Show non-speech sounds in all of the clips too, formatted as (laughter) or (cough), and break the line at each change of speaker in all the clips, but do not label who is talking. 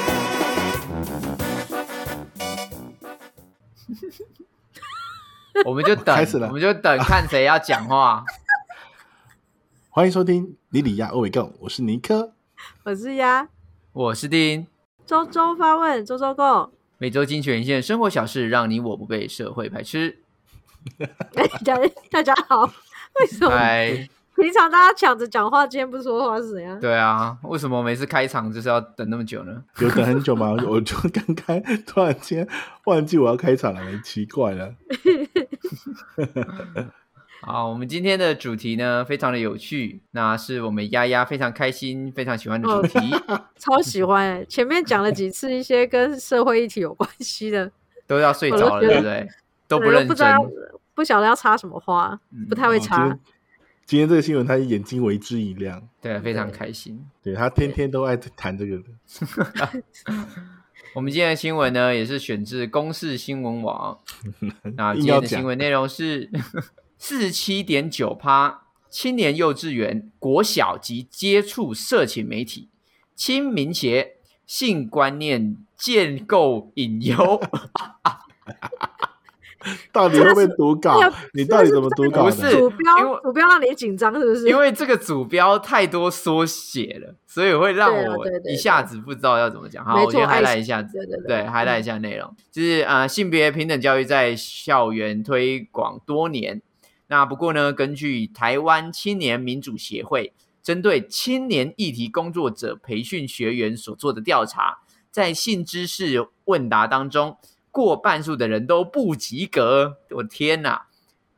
(laughs) 我们就等，
开始了
我们就等看谁要讲话。
欢迎收听尼里亚欧维贡，我是尼克。
我是呀，
我是丁，
周周发问，周周共。
每周精选一件生活小事，让你我不被社会排斥。
(laughs) 哎大家大家好，为什么
哎，
平常大家抢着讲话，今天不说话是怎样？
对啊，为什么每次开场就是要等那么久呢？
有等很久
(laughs)
吗？我就刚开，突然间忘记我要开场了，奇怪了。
好，我们今天的主题呢，非常的有趣，那是我们丫丫非常开心、非常喜欢的主题。
超喜欢、欸！前面讲了几次一些跟社会议题有关系的，
都要睡着了，
我都觉得
对不对？ (laughs) 都不认
不知
真
道，要不晓得要插什么话，
嗯
不太会插。
哦今天这个新闻，他眼睛为之一亮，
对，非常开心。
对他天天都爱谈这个的。
我们今天的新闻呢，也是选自公视新闻
(laughs)
网。那今
硬要
天的
讲
新闻内容是 (laughs) 四十七点九趴青年幼稚园、国小及接触色情媒体、亲民协、性观念建构隐忧， (laughs)
到底会不会读
(laughs)
稿
这个是？
你到底怎么读稿
啊不是
的？
鼠
因为
标鼠标让你紧张是不是？
因为这个组标太多缩写了，所以会让
对啊
我
对对对
一下子不知道要怎么讲。好，
没
我
错
先 highlight
爱
一下子。
对对嗯
对
对，
，highlight 一下内容，就是呃，性别平等教育在校园推广多年。那不过呢，根据台湾青年民主协会针对青年议题工作者培训学员所做的调查，在性知识问答当中，过半数的人都不及格。我天哪！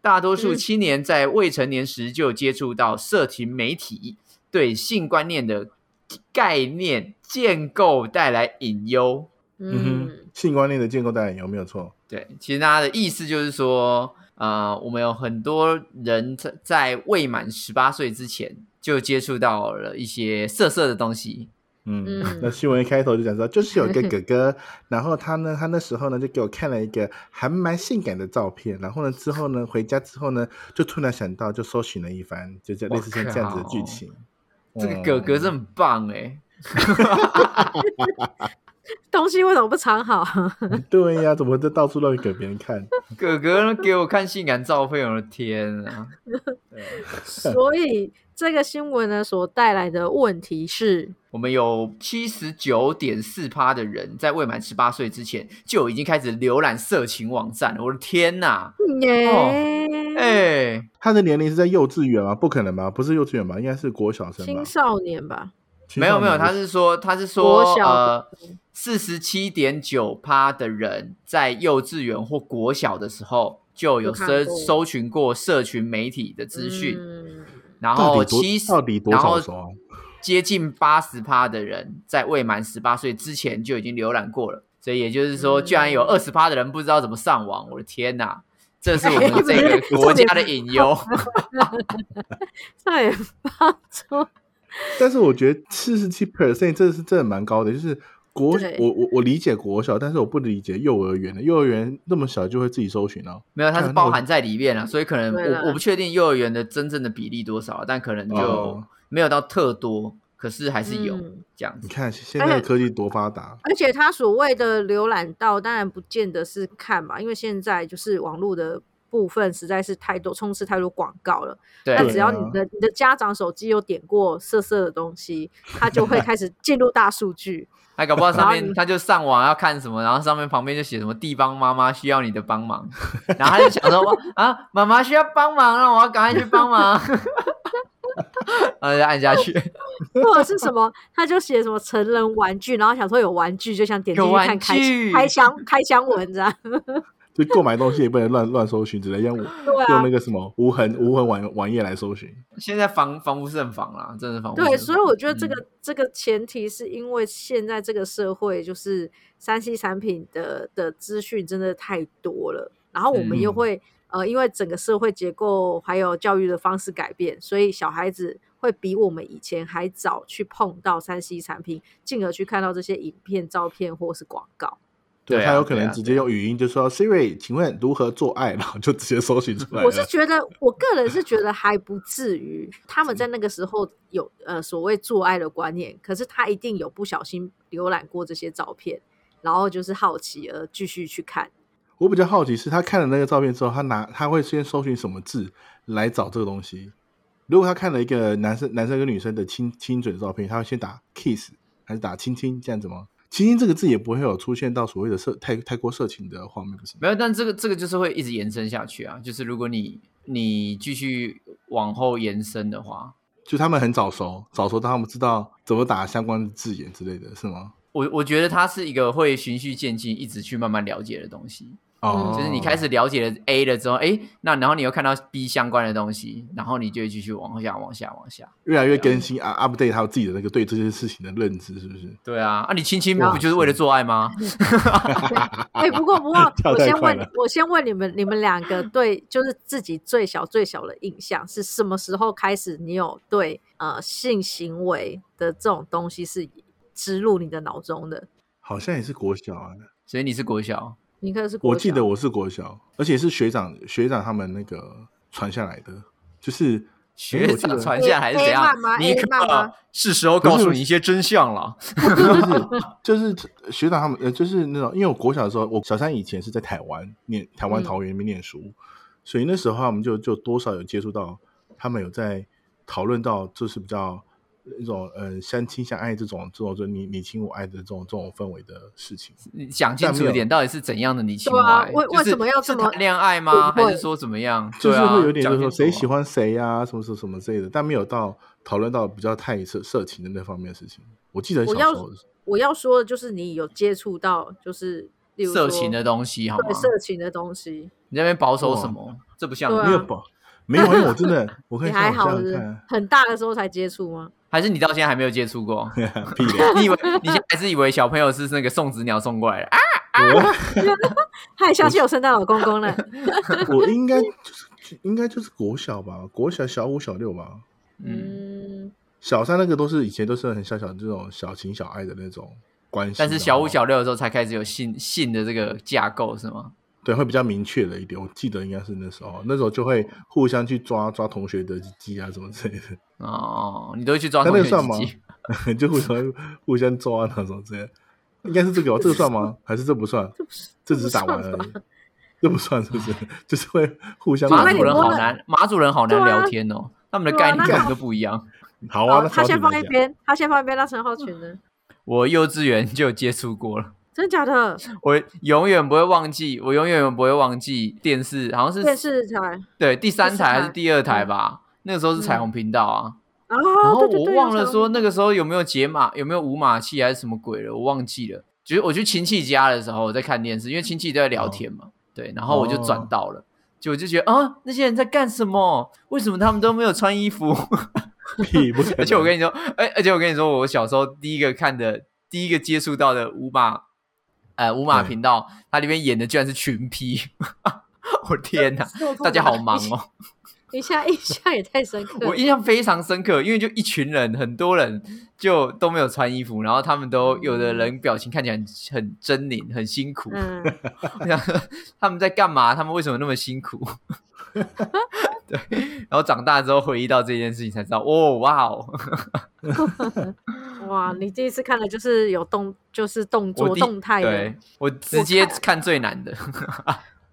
大多数
嗯
青年在未成年时就接触到色情媒体，对性观念的概念建构带来隐忧。
嗯
嗯
哼，性观念的建构带有没有错？
对，其实他的意思就是说，呃，我们有很多人在在未满十八岁之前就接触到了一些色色的东西，
嗯
嗯，
那新闻一开头就讲说，就是有一个哥哥，然后他呢，他那时候呢就给我看了一个还蛮性感的照片，然后呢之后呢回家之后呢，就突然想到就搜寻了一番，就这
我
类似像这样子的剧
靠
(laughs) 情。
这个哥哥
嗯
真的很棒哎、
东西为什么不
(laughs)
藏好？
对呀、怎么就到处乱给别人看？
哥哥呢给我看性感照片，我的天啊！对
所以这个新闻呢所带来的问题是，
我们有七十九点四趴的人在未满十八岁之前就已经开始浏览色情网站了，我的天呐！
耶、
哦
嗯
哎、
他的年龄是在幼稚园吗？不可能吧？不是幼稚园吧？应该是国小生吧
青？少年吧，
青
没有
少
没有，
年
他是说他是说
国小
呃，四十七点九趴的人在幼稚园或国小的时候就有
有看
搜
过
搜寻过社群媒体的资讯，
嗯
然
到
后
底多
七十
到底多
然
少
后
时候？啊
接近八十趴的人在未满十八岁之前就已经浏览过了，所以也就是说，
嗯
居然有二十趴的人不知道怎么上网，我的天哪！这 (laughs) 是我们这个
哎不是
国家的隐 (laughs) 忧。
这也放出
但是我觉得四十七 percent 这是真的蛮高的，就是国
对
我我我理解国小，但是我不理解幼儿园的。幼儿园那么小就会自己搜寻哦。
没有，它是
看
包含在里面啊了，所以可能
对啦
我我不确定幼儿园的真正的比例多少，啊但可能就
哦
没有到特多，可是还是有
嗯
这样
你
子。
看现在的科技多发
(laughs)
达，
而且他所谓的浏览到，当然不见得是看嘛，因为现在就是网络的部分实在是太多，充斥太多广告了。
对
那
对
只要你
啊
的你的家长手机有点过色色的
(laughs)
东西，他就会开始进入大数据。
他搞不好上
然后
面
你
他就上网要看什么，然后上面旁边就写什么“地方妈妈需要你的帮忙”，然后他就想说哇啊，妈妈需要帮忙了，我要赶快去帮忙，然后就按下去，
或者是什么，他就写什么成人玩具，然后想说有玩具就想点进
有
去
玩
看开
具
开箱开箱文章，
就购买东西也不能乱乱搜寻，只能用
对
用
啊
那，个什么无痕无痕网网页来搜寻。
现在防防不胜防啦，真的防不胜防。
对，所以我觉得这个、
嗯
这个前提是因为现在这个社会就是三 C 产品的的资讯真的太多了，然后我们又
嗯
会、呃，因为整个社会结构还有教育的方式改变，所以小孩子会比我们以前还早去碰到三 C 产品，进而去看到这些影片、照片或是广告。
对啊
他有可
对
能
啊
直接用语音就说 Siri，请问如何做爱，然后就直接搜寻出来了。
我是觉得，我个人是觉得还不至于，他们在那个时候有呃所谓做爱的观念，可是他一
(laughs)
定有不小心浏览过这些照片，然后就是好奇而继续去看。
我比较好奇是他看了那个照片之后，他拿他会先搜寻什么字来找这个东西？如果他看了一个男生男生跟女生的亲亲嘴照片，他会先打 kiss 还是打亲亲这样子吗？亲亲这个字也不会有出现到所谓的色太太过色情的画面，不是吗？
没有，但这个这个就是会一直延伸下去啊。就是如果你你继续往后延伸的话，
就他们很早熟，早熟到他们知道怎么打相关的字眼之类的是吗？
我我觉得它是一个会循序渐进，一直去慢慢了解的东西。
哦，
嗯就是你开始了解了 A 了之后，哎，那然后你又看到 B 相关的东西，然后你就会继续往下、往下、往下。
越来越更新啊，update 他自己的那个对这件事情的认知，是不是？
对啊，啊，你亲亲
哇，
不就是为了做爱吗？
哎、不过不过
跳
我
太
先
快
问
了，
我先问你们，你们两个对就是自己最小最小的印象是什么时候开始？你有对呃性行为的这种东西是植入你的脑中的？
好像也是国小啊，
所以你是国小，
你可能是国
我记
小
得我是国小，而且是学长学长他们那个传下来的，就是
学
我记
长
得
传下来是怎
A- A
样
漫吗？
尼
A 漫
克
吗，
是时候告诉你一些真相了。
就是学长他们，呃，就是那种，因为我国小的时候，我小三以前是在台湾念台湾
嗯
桃园那边念书，所以那时候他们就就多少有接触到，他们有在讨论到，就是比较一种呃相亲相爱这种这种就你你情我爱的这种这种氛围的事情。
你讲清楚一点，到底是怎样的你情
对啊
怀？
为
就是
为什么要这么
是谈恋爱吗？
对
还是说怎么样？
就
对
是
啊
会有点就是说
讲清楚
谁喜
啊
欢谁呀、什么什么什么之类的，但没有到讨论到比较太色色情的那方面的事情。我记得小
我
时
要
候的时候
我要说的就是你有接触到就是例如
色情
说
的东西好吗
对？色情的东西，
你在那边保守
哇
什么？这不像
对啊
你，
没有吧？没有，因为我真
(laughs)
的，我看
你
一下，
还
我想
好
想
是
看，
很大的时候才接触吗？
还是你到现在还没有接触过？
(laughs) 屁咧
(laughs)
你以为你现在还是以为小朋友是那个送子鸟送过来的啊？
嗨，下去有圣诞老公
(laughs)
公了，
我我应该就是应该就是国小吧，国小小五小六吧，
嗯，
嗯，
小三那个都是以前都是很小小的这种小情小爱的那种关系，
但是小五
哦
然后
小六的时候才开始有性性的这个架构是吗？
对会比较明确了一点，我记得应该是那时候，那时候就会互相去抓抓同学的鸡啊什么之类的。
哦，你都会去抓
那
同
那
学
个算吗
鸡鸡？
(laughs) 就互相互相抓那种之类的，应该是这个哦，这个算吗？还是这不算？这只是打完而已，这不算是不是？ (laughs) 就是会互相
马
那
主
你
人
摸
好
了
难，马主人好难
对啊
聊天哦，他们的
对
概
啊
念
那
根本
好
都不一样。
好啊，
哦
那朝
他先
鲜
放一边，他先放一边，让陈浩群呢？
我幼稚园就接触过了，
真的假的？
我永远不会忘记，我永远不会忘记电视，好像是
电视台啊
对第三
第四
台还
台
是第二台吧，那个时候是彩
嗯
虹频道啊。，然
哦
后
对对
我
对，
忘
有
了
彩
说
虹
那个时候有没有解码，有没有无码器还是什么鬼了，我忘记了。就是我去亲戚家的时候，我在看电视，因为亲戚都在
嗯
聊天嘛，对，然后我就
哦
转到了，就我就觉得啊，那些人在干什么？为什么他们都没有穿衣服？ (laughs)
屁，不可能
而且我跟你说，而而且我跟你说，我小时候第一个看的、第一个接触到的五马，呃，五马
对
频道，它里面演的居然是群批， (laughs) 我天哪！
这么痛
大家好
苦
忙哦，
一下印象也太深刻了。
我印象非常深刻，因为就一群人，很多人就都没有穿衣服，然后他们都有的人表情看起来很很狰狞，很辛苦。 (laughs)
嗯，
我想说他们在干嘛？他们为什么那么辛苦？ (laughs) 对，然后长大之后回忆到这件事情才知道，哦，哇哦，
哇，你第一次看的就是有动，就是动
我
作
第
动态的
对。我直接看最难
(laughs)
的。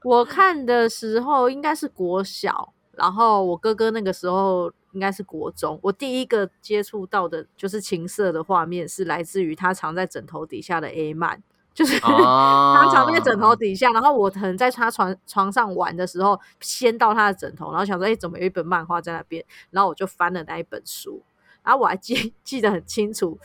我看的时候应该是国小，然后我哥哥那个时候应该是国中。我第一个接触到的就是情色的画面，是来自于他藏在枕头底下的 A 漫，就是、
啊
他藏在枕头底下，然后我可能在他床床上玩的时候，掀到他的枕头，然后想说，哎、怎么有一本漫画在那边？然后我就翻了那一本书，然后我还记 (laughs) 记得很清楚。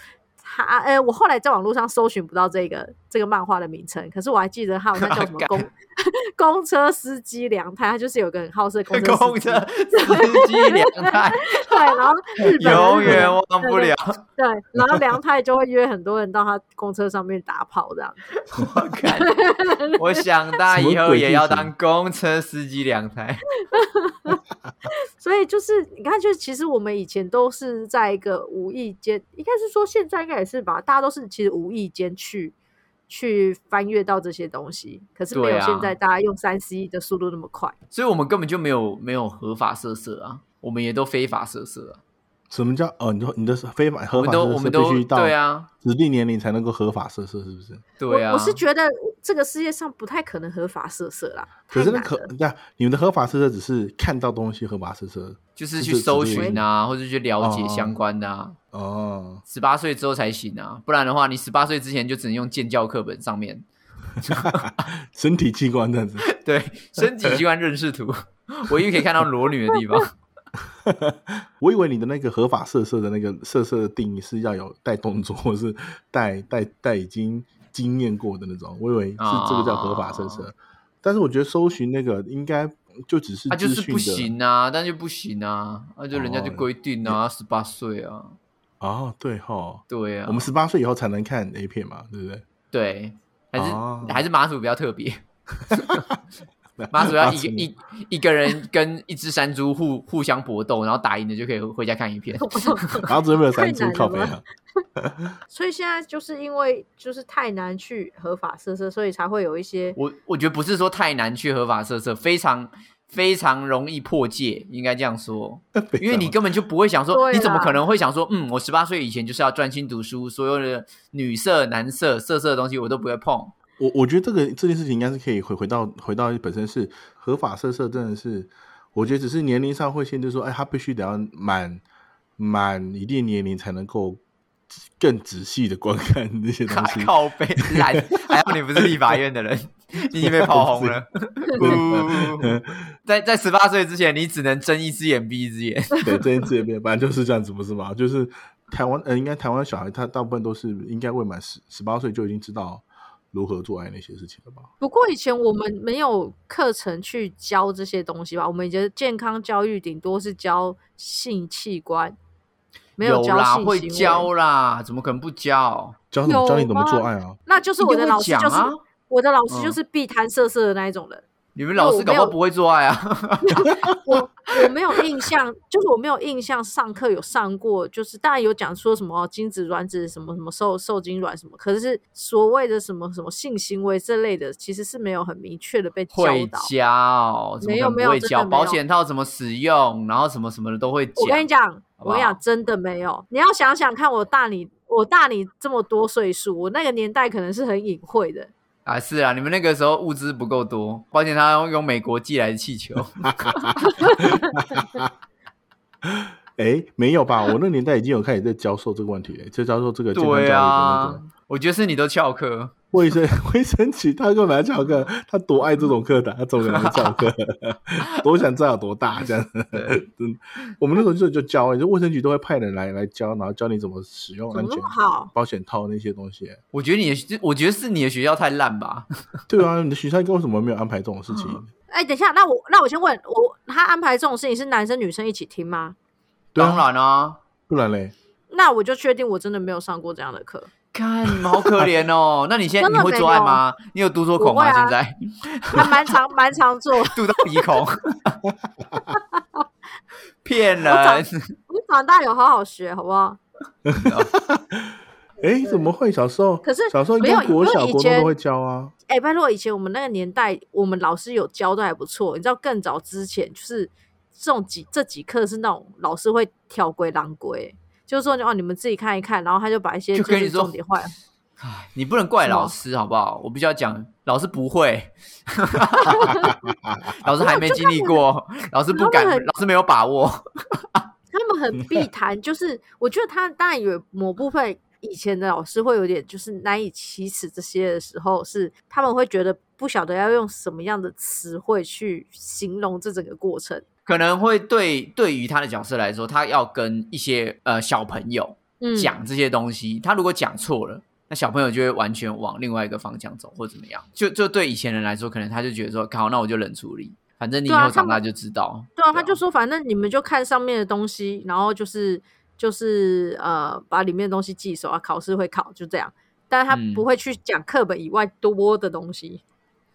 他呃，我后来在网络上搜寻不到这个这个漫画的名称，可是我还记得他好像
(laughs)
叫什么公 (laughs) 公车司机梁太，他就是有个很好色的公车
公
司机，
车司机两
(laughs)
代
对，然后日本
永
人
远忘不了。
对，然后梁太就会约很多人到他公车上面打炮这样子，
我看，我想大以后也要当公车司机两台。
所以就是你看，就是其实我们以前都是在一个无意间，应该是说现在应该也是吧，大家都是其实无意间去去翻阅到这些东西，可是没
对
有
啊
现在大家用三 C 的速度那么快。
所以我们根本就没有没有合法色色啊，我们也都非法色色啊。
什么叫哦？你说你的非法
我
合
们
法
都
设
我
施
们
必
都
须到
对啊，
指定年龄才能够合法设施，是不是？
对啊，
我我是觉得这个世界上不太可能合法色色啦，
可
太
是那
难
可
了 (laughs)
那你们的合法设施只是看到东西合法设施
就是
就
去
是
搜
直接
寻啊，或者去了解
哦
相关的啊。
哦，
十八岁之后才行啊，不然的话，你十八岁之前就只能用建教课本上
(laughs)
面
身体器官这样子。
对身体器官认识
(laughs)
图，唯一可以看到裸女的地方。
我以为你的那个合法色色的那个色色的定义是要有带动作， (laughs) 或是带带带已经经验过的那种，我以为是这个叫合法色色。
哦
但是我觉得搜寻那个应该就只是
啊，就
资
是
讯
不
的
行啊，但就不行啊，那、就人家就
哦
规定啊，十八岁啊，
哦，对哈，
对啊，
我们十八岁以后才能看 A 片嘛，对不对？
对，还是、
哦
还是马祖比较特别，马
(laughs)
祖要啊一个
祖
一一个人跟一只山猪互互相搏斗，然后打赢的就可以回家看一片。
然后准备有三
太
猪
难了
靠背
吧
啊， (laughs)
所以现在就是因为就是太难去合法色色，所以才会有一些
我我觉得不是说太难去合法色色，非常非常容易破戒，应该这样说，因
啊
为你根本就不会想说，
对啦
你怎么可能会想说，嗯，我十八岁以前就是要专心读书，所有的女色、男色、色色的东西我都不会碰。
我我觉得这个这件事情应该是可以回回到回到本身是合法色色，真的是，我觉得只是年龄上会限制说，哎，他必须得要满满一定年龄才能够更仔细的观看那些东西。
靠背懒，还好你不是立法院的人，你已经被炮轰了。呜
对
(laughs) 在在十八岁之前，你只能睁一只眼闭一只眼。
对，这件这边反正就是这样子，不是吗？就是台湾呃，应该台湾小孩他大部分都是应该未满十十八岁就已经知道如何做爱那些事情了吧？
不过以前我们没有课程去教这些东西吧？我们以前健康教育顶多是教性器官，没教
啦，
性
会
行为
教啦，怎么可能不教？
教什么
有
教你怎么
吗
做爱啊？
那就是我的老师
一定
就
会
是、
讲啊
我的老师
嗯
就是必谈色色的那一种人。
你们老
哦
师搞不好不会做爱啊？
我我没有印象，就是我没有印象上课有上过，就是当然有讲说什么哦精子、卵子什么什么受受精卵什么，可是所谓的什么什么性行为这类的，其实是没有很明确的被教
(laughs) 会
导。
教，怎么
没
可
有
能不
没有
会
真的
教？
没
保
有
险套怎么使用，然后什么什么的都会讲。
我跟你讲，
好不好
我跟你讲，真的没有。你要想想看，我大你我大你这么多岁数，我那个年代可能是很隐晦的。
啊，是啊，你们那个时候物资不够多，保险套用用美国寄来的气球。
(laughs) 哎，没有吧？我那年代已经有开始在教授这个问题了，就教授这个健康教育
对
的那
啊
个。，
我觉得是你都翘课。
卫生 (laughs) 卫生局，他干嘛翘课？他多爱这种课的，他怎么可能翘
(laughs)
课？多想知道有多大这样。 (laughs)
对
真的我们那时候就就教、欸，就卫生局都会派人来来教，然后教你怎么使用
怎
安
么那
全
么好？
保险套那些东西、
我觉得你的，我觉得是你的学校太烂吧？
对啊，你的学校为什么没有安排这种事情？
哎、等一下，那我那我先问我，他安排这种事情是男生女生一起听吗？
对啊
当然啊，
不然嘞，
那我就确定我真的没有上过这样的课。
看你们好可怜哦。那你现在
(laughs) 真
你
的
会
没
做爱
有
吗？你有嘟缩
我
孔吗？
会啊
现在
还蛮常蛮常做。
嘟到鼻
(laughs)
孔，骗
我
人。
我长大有好好学，好不好？
哎、怎么会？小时候，
可是
小时候应
没有
该国
因为
小、
以
国中
前
都会教
(laughs)
啊。
哎、拜托，以前我们那个年代，我们老师有教的还不错。你知道，更早之前就是这种几这几课是那种老师会挑规狼规，就是说哦，你们自己看一看，然后他就把一些
就
就
跟
是
你说 (laughs)
重点坏。
唉 (laughs) 你不能怪
什么
老师好不好？我必须要讲，老师不
(laughs)
会，老师还没经历过，老师不敢
他们，很
老师没有把握。
他们很避谈，就是我觉得他当然有某部分以前的老师会有点就是难以启齿这些的时候，是他们会觉得不晓得要用什么样的词汇去形容这整个过程。
可能会对对于他的角色来说，他要跟一些呃小朋友
嗯，
讲这些东西，他如果讲错了，那小朋友就会完全往另外一个方向走，或怎么样。就就对以前人来说，可能他就觉得说，好，那我就冷处理，反正你以
对
后
啊
长大
他们
就知道。
对啊，他就说反正你们就看上面的东西，然后就是就是呃把里面的东西记熟啊，考试会考就这样，但是他
嗯
不会去讲课本以外多的东西，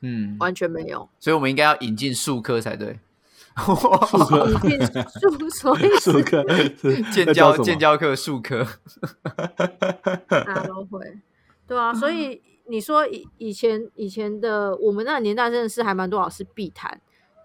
嗯，
完全没有。
所以我们应该要引进数科才
(laughs)
对。
数科
(laughs) 你，变数所以是
数科，是
建
(laughs) 在教
交
什么
建交课数科，
大家都会，对啊，所
嗯
以你说以以前以前的我们那个年代真的是还蛮多老师必谈，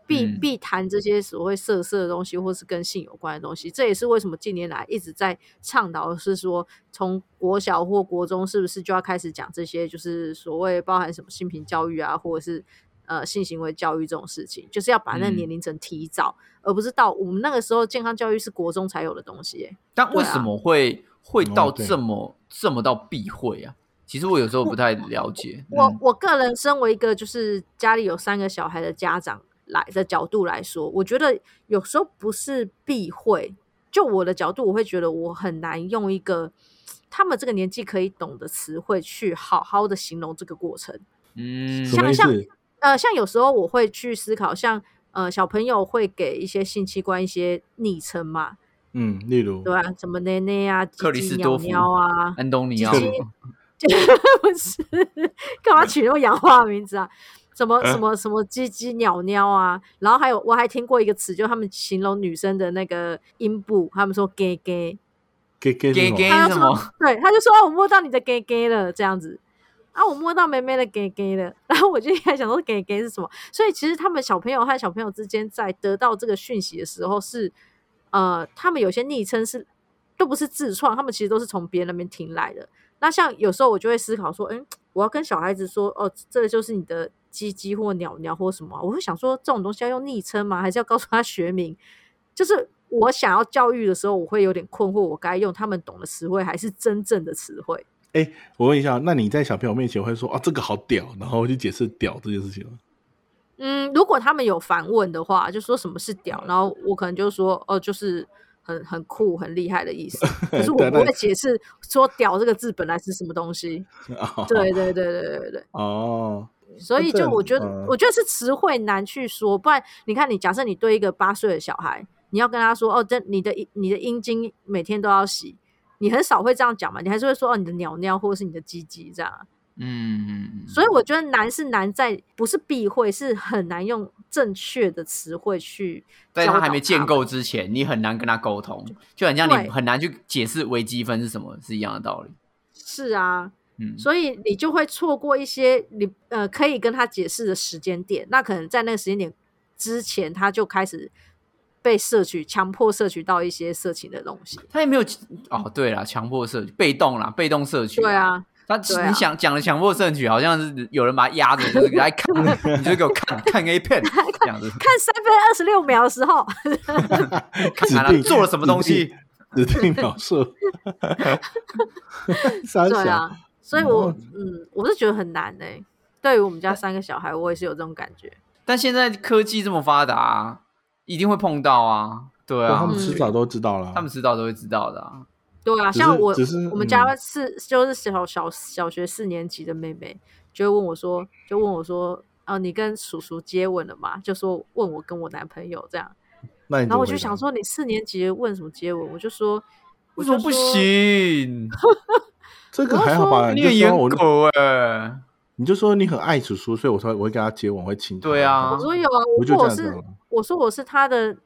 避
嗯
避谈这些所谓色色的东西，或是跟性有关的东西。这也是为什么近年来一直在倡导的是说，从国小或国中是不是就要开始讲这些，就是所谓包含什么性平教育啊，或者是呃性行为教育这种事情，就是要把那个
嗯
年龄层提早，而不是到我们那个时候健康教育是国中才有的东西耶、
但为
对啊
什么会、会到
哦对
这么这么到避讳啊？其实我有时候不太了解。
我
嗯
我个人身为一个就是家里有三个小孩的家长来的角度来说，我觉得有时候不是避讳，就我的角度，我会觉得我很难用一个他们这个年纪可以懂的词汇去好好的形容这个过程。
嗯，
什么意
像
思？
呃，像有时候我会去思考，像呃小朋友会给一些性器官一些昵称嘛，
嗯，例如，
对吧、什么奶奶啊、鸡
克里
鸡
斯
鸟
多夫
鸟啊，
安东尼奥
其实
(laughs) 不是，干嘛取那么洋化的名字啊？什么什么什么鸡鸡鸟鸟啊？然后还有我还听过一个词，就他们形容女生的那个阴部，他们说 gay gay，
给给
给给
他
什
就
么
说？对，他就说、哦、我摸到你的 gay gay 了这样子。啊，我摸到妹妹的 gay gay 了，然后我就开始想说 gay gay 是什么？所以其实他们小朋友和小朋友之间在得到这个讯息的时候是，呃，他们有些昵称是都不是自创，他们其实都是从别人那边听来的。那像有时候我就会思考说，嗯，我要跟小孩子说，哦，这个就是你的鸡鸡或鸟鸟或什么啊，我会想说这种东西要用昵称吗？还是要告诉他学名？就是我想要教育的时候，我会有点困惑，我该用他们懂的词汇，还是真正的词汇？
我问一下，那你在小朋友面前会说啊这个好屌，然后去解释屌这件事情吗？
嗯，如果他们有反问的话，就说什么是屌，
嗯
然后我可能就说哦，就是很很酷、很厉害
(laughs)
的意思。可是
对
我不
那
会解释说“屌”这个字本来是什么东西。对对对对对对对。
(laughs) 哦，
所以就我觉得，
嗯
我觉得是词汇难去说，不然你看，你假设你对一个八岁的小孩，你要跟他说哦，这你的你的阴茎每天都要洗，你很少会这样讲嘛，你还是会说哦，你的鸟鸟或者是你的鸡鸡这样啊。
嗯，
所以我觉得难是难在不是避讳，是很难用正确的词汇去
在
教
他
导
还没建
们。
构之前，你很难跟他沟通，就很像你
对
很难去解释微积分是什么，是一样的道理。
是啊，
嗯，
所以你就会错过一些你呃可以跟他解释的时间点。那可能在那个时间点之前，他就开始被摄取、强迫摄取到一些色情的东西。
他也没有哦，对啦，强迫社被动啦，被动社区。
对，啊，
他
对啊
你想讲的强迫社区，好像是有人把他压着，就是给他
(laughs)
看，你就给我看看 A
(laughs)
片这样子，
看三分二十六秒的时候，
看
指
看他
定
做了什么东西。
指定描
(laughs)
述， (laughs) 三哦
对
小
啊，所以我嗯，我是觉得很难哎、对于我们家三个小孩，我也是有这种感觉。
但现在科技这么发达、一定会碰到啊。对啊，
他们
嗯
迟早都知道了，
他们迟早都会知道的、啊。
对啊，
只
像
是
我
只是
我们
嗯
家四、就是小小小学四年级的妹妹，就会问我说，就问我说，哦、你跟叔叔接吻了吗？就说问我跟我男朋友这样，
那你
然后我就想，说，你四年级问什么接吻？我就说，我
为
就
什么不
(laughs)
说？
行？
这个还好吧？
你
你
很
就说
严
我，
格哎、
你就说你很爱叔叔，所以我才我会跟他接吻，我会亲他。
对啊
我说有啊，我
不就
说
这
我
样子
是
吗？
我说我是他的，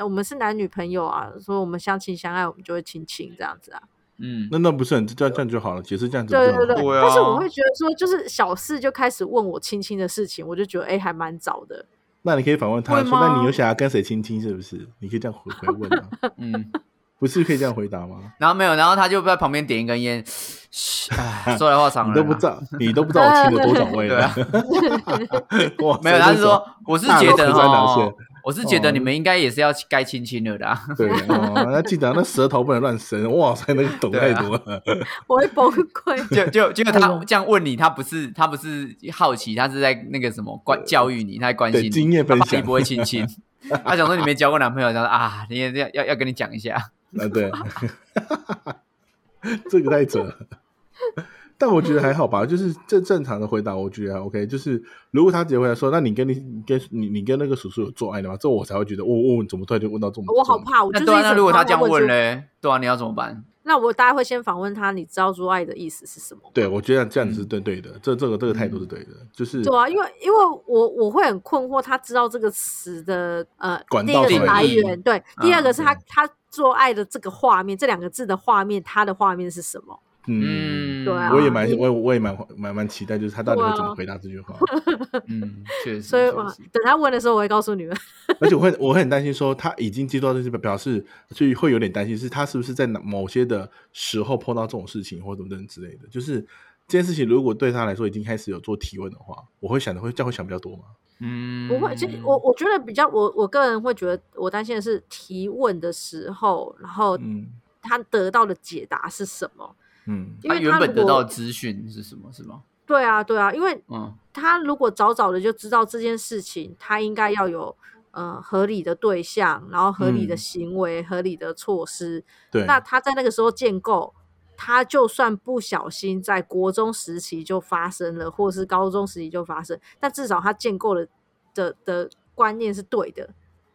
我们是男女朋友啊，说我们相亲相爱，我们就会亲亲这样子啊。
嗯，
那那不是很这样这样就好了，解释这样子不
对
就好
对
了。
对，
对啊
但是我会觉得说，就是小事就开始问我亲亲的事情，我就觉得哎、还蛮早的。
那你可以反问他
会
说：“
吗
那你有想要跟谁亲亲？是不是？”你可以这样回回问啊，
嗯，
不是可以这样回答吗？
然后没有，然后他就在旁边点一根烟，哎，说来话长
(laughs) 你
了啦。
都不
(laughs)
知道，你都不知道我亲了多少位
对
了
啊。
(laughs) 哇塞
没有，他是说，我是觉
大
得
陆在哪
哈
些，哦
我是觉得你们应该也是要该亲亲了的、啊。
对哦，那记得啊那舌头不能乱伸。哇塞，那个懂太多
(laughs)
了。
我会崩溃。 (laughs)
就就结果他这样问你，他不是他不是好奇，他是在那个什么关教育你，他在关心
对
你
经验分享
他怕你不会亲亲。他想说你没交过男朋友，他说啊，你也要要要跟你讲一下。
啊，对， (laughs) 这个太扯了。但我觉得还好吧，就是这正常的回答，我觉得还 OK。就是如果他直接回答说：“那你跟你你跟你你跟那个叔叔有做爱了吗？”这我才会觉得，哦哦，你怎么突然就问到这么？
我好
这么
怕，我就
那
是
对啊，
一
那
直
如果
怕
他这样
问
问
说，
嘞，对啊，你要怎么办？
那我大概会先访问他，你知道做爱的意思是什么吗？
对，我觉得这样子
嗯
是对对的，这这个这个态度是对的，就是
对啊，因为因为我我会很困惑，他知道这个词的呃，
管
第一
道
个是
定
来
义嗯
源，对，第二个是他、他做爱的这个画面，这两个字的画面，他的画面是什么？
嗯，
嗯，
对啊
我也蛮我也我也蛮蛮蛮期待，就是他到底会怎么回答这句话，
嗯，确实，
所以
确
我
实
等他问的时候，我会告诉
(laughs)
你们。
而且我会我会很担心说他已经接触到这些，表示所以会有点担心，是他是不是在哪某些的时候碰到这种事情或等等之类的，就是这件事情如果对他来说已经开始有做提问的话，我会想的会这样会想比较多吗？
嗯，
不会，就我我觉得比较，我我个人会觉得，我担心的是提问的时候，然后
嗯
他得到的解答是什么？
嗯
因
他
为
啊原本
如果
得到的资讯是什么？是吗？
对啊，对啊，因为
嗯
他如果早早的就知道这件事情，他应该要有呃合理的对象，然后合理的
嗯
行为、合理的措施。
对，
那他在那个时候建构，他就算不小心在国中时期就发生了，或者是高中时期就发生，但至少他建构了的的观念是对的，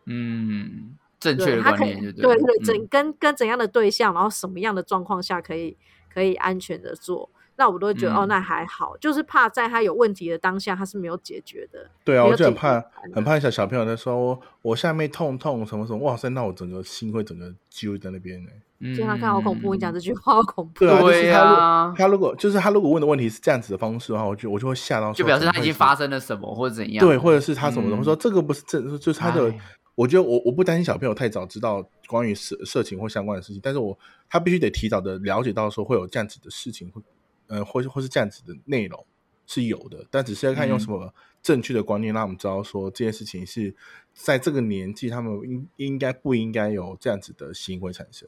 嗯，正确
对
的
他
观
可以
念就
对
了嗯
对，怎跟跟怎样的对象，然后什么样的状况下可以可以安全的做。那我都会觉得、哦，
嗯
那还好，就是怕在他有问题的当下，他是没有解决的。
对啊，
没
我
有
就很
解决
怕
办，
很怕小小朋友在说我我下面痛痛什么什么，哇塞，那我整个心会整个揪在那边呢、
嗯
天啊，看好恐怖！你讲这句话好恐怖。
对啊，就是
对
他如
啊
他如果就是他如果问的问题是这样子的方式的话，我就我就会吓到，
就表示他已经发生了什么或者怎样，
对，或者是他什么的，
嗯
我说这个不是正，就是他的
哎。
我觉得我我不担心小朋友太早知道关于色色情或相关的事情，但是我他必须得提早的了解到说会有这样子的事情，或呃，或是或是这样子的内容是有的，但只是要看用
嗯
什么正确的观念让我们知道说这件事情是在这个年纪他们应应该不应该有这样子的行为产生。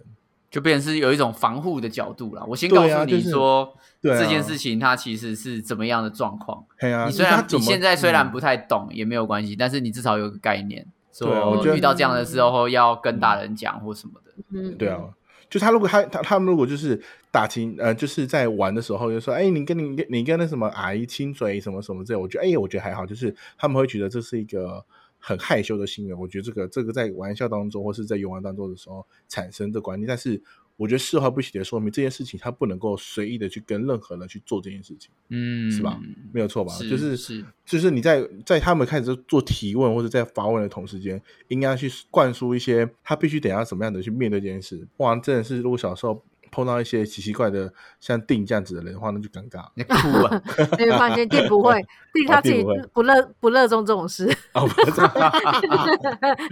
就变成是有一种防护的角度啦。我先
对
告
啊
诉
就
你
是
说，
对啊
这件事情它其实是怎么样的状况。
嘿啊，
你虽
就是
然
他怎
你
么
现在虽然
嗯
不太懂也没有关系，但是你至少有个概念，
对啊我
说
觉得
遇到这样的时候要跟大人讲或什么的。
嗯，
(laughs) 对啊，就他如果他他他们如果就是打情呃，就是在玩的时候就说，哎、你跟你跟你跟那什么阿姨亲嘴什么什么之类，我觉得哎、我觉得还好，就是他们会觉得这是一个很害羞的行为。我觉得这个这个在玩笑当中或是在游玩当中的时候产生的观念，但是我觉得事后必须得说明这件事情，他不能够随意的去跟任何人去做这件事情，
嗯，
是吧？没有错吧？
是
就是 (laughs)
是。
就是你在在他们开始做提问或者在发问的同时间，应该去灌输一些他必须得要怎么样的去面对这件事。哇，真的是如果小时候碰到一些奇奇怪的像定这样子的人的话，那就尴尬
(laughs)
了
你在哭啊！
因为发现弟
(laughs)
不会，弟他自己
弟不会
不热不热衷这种事。
哦，不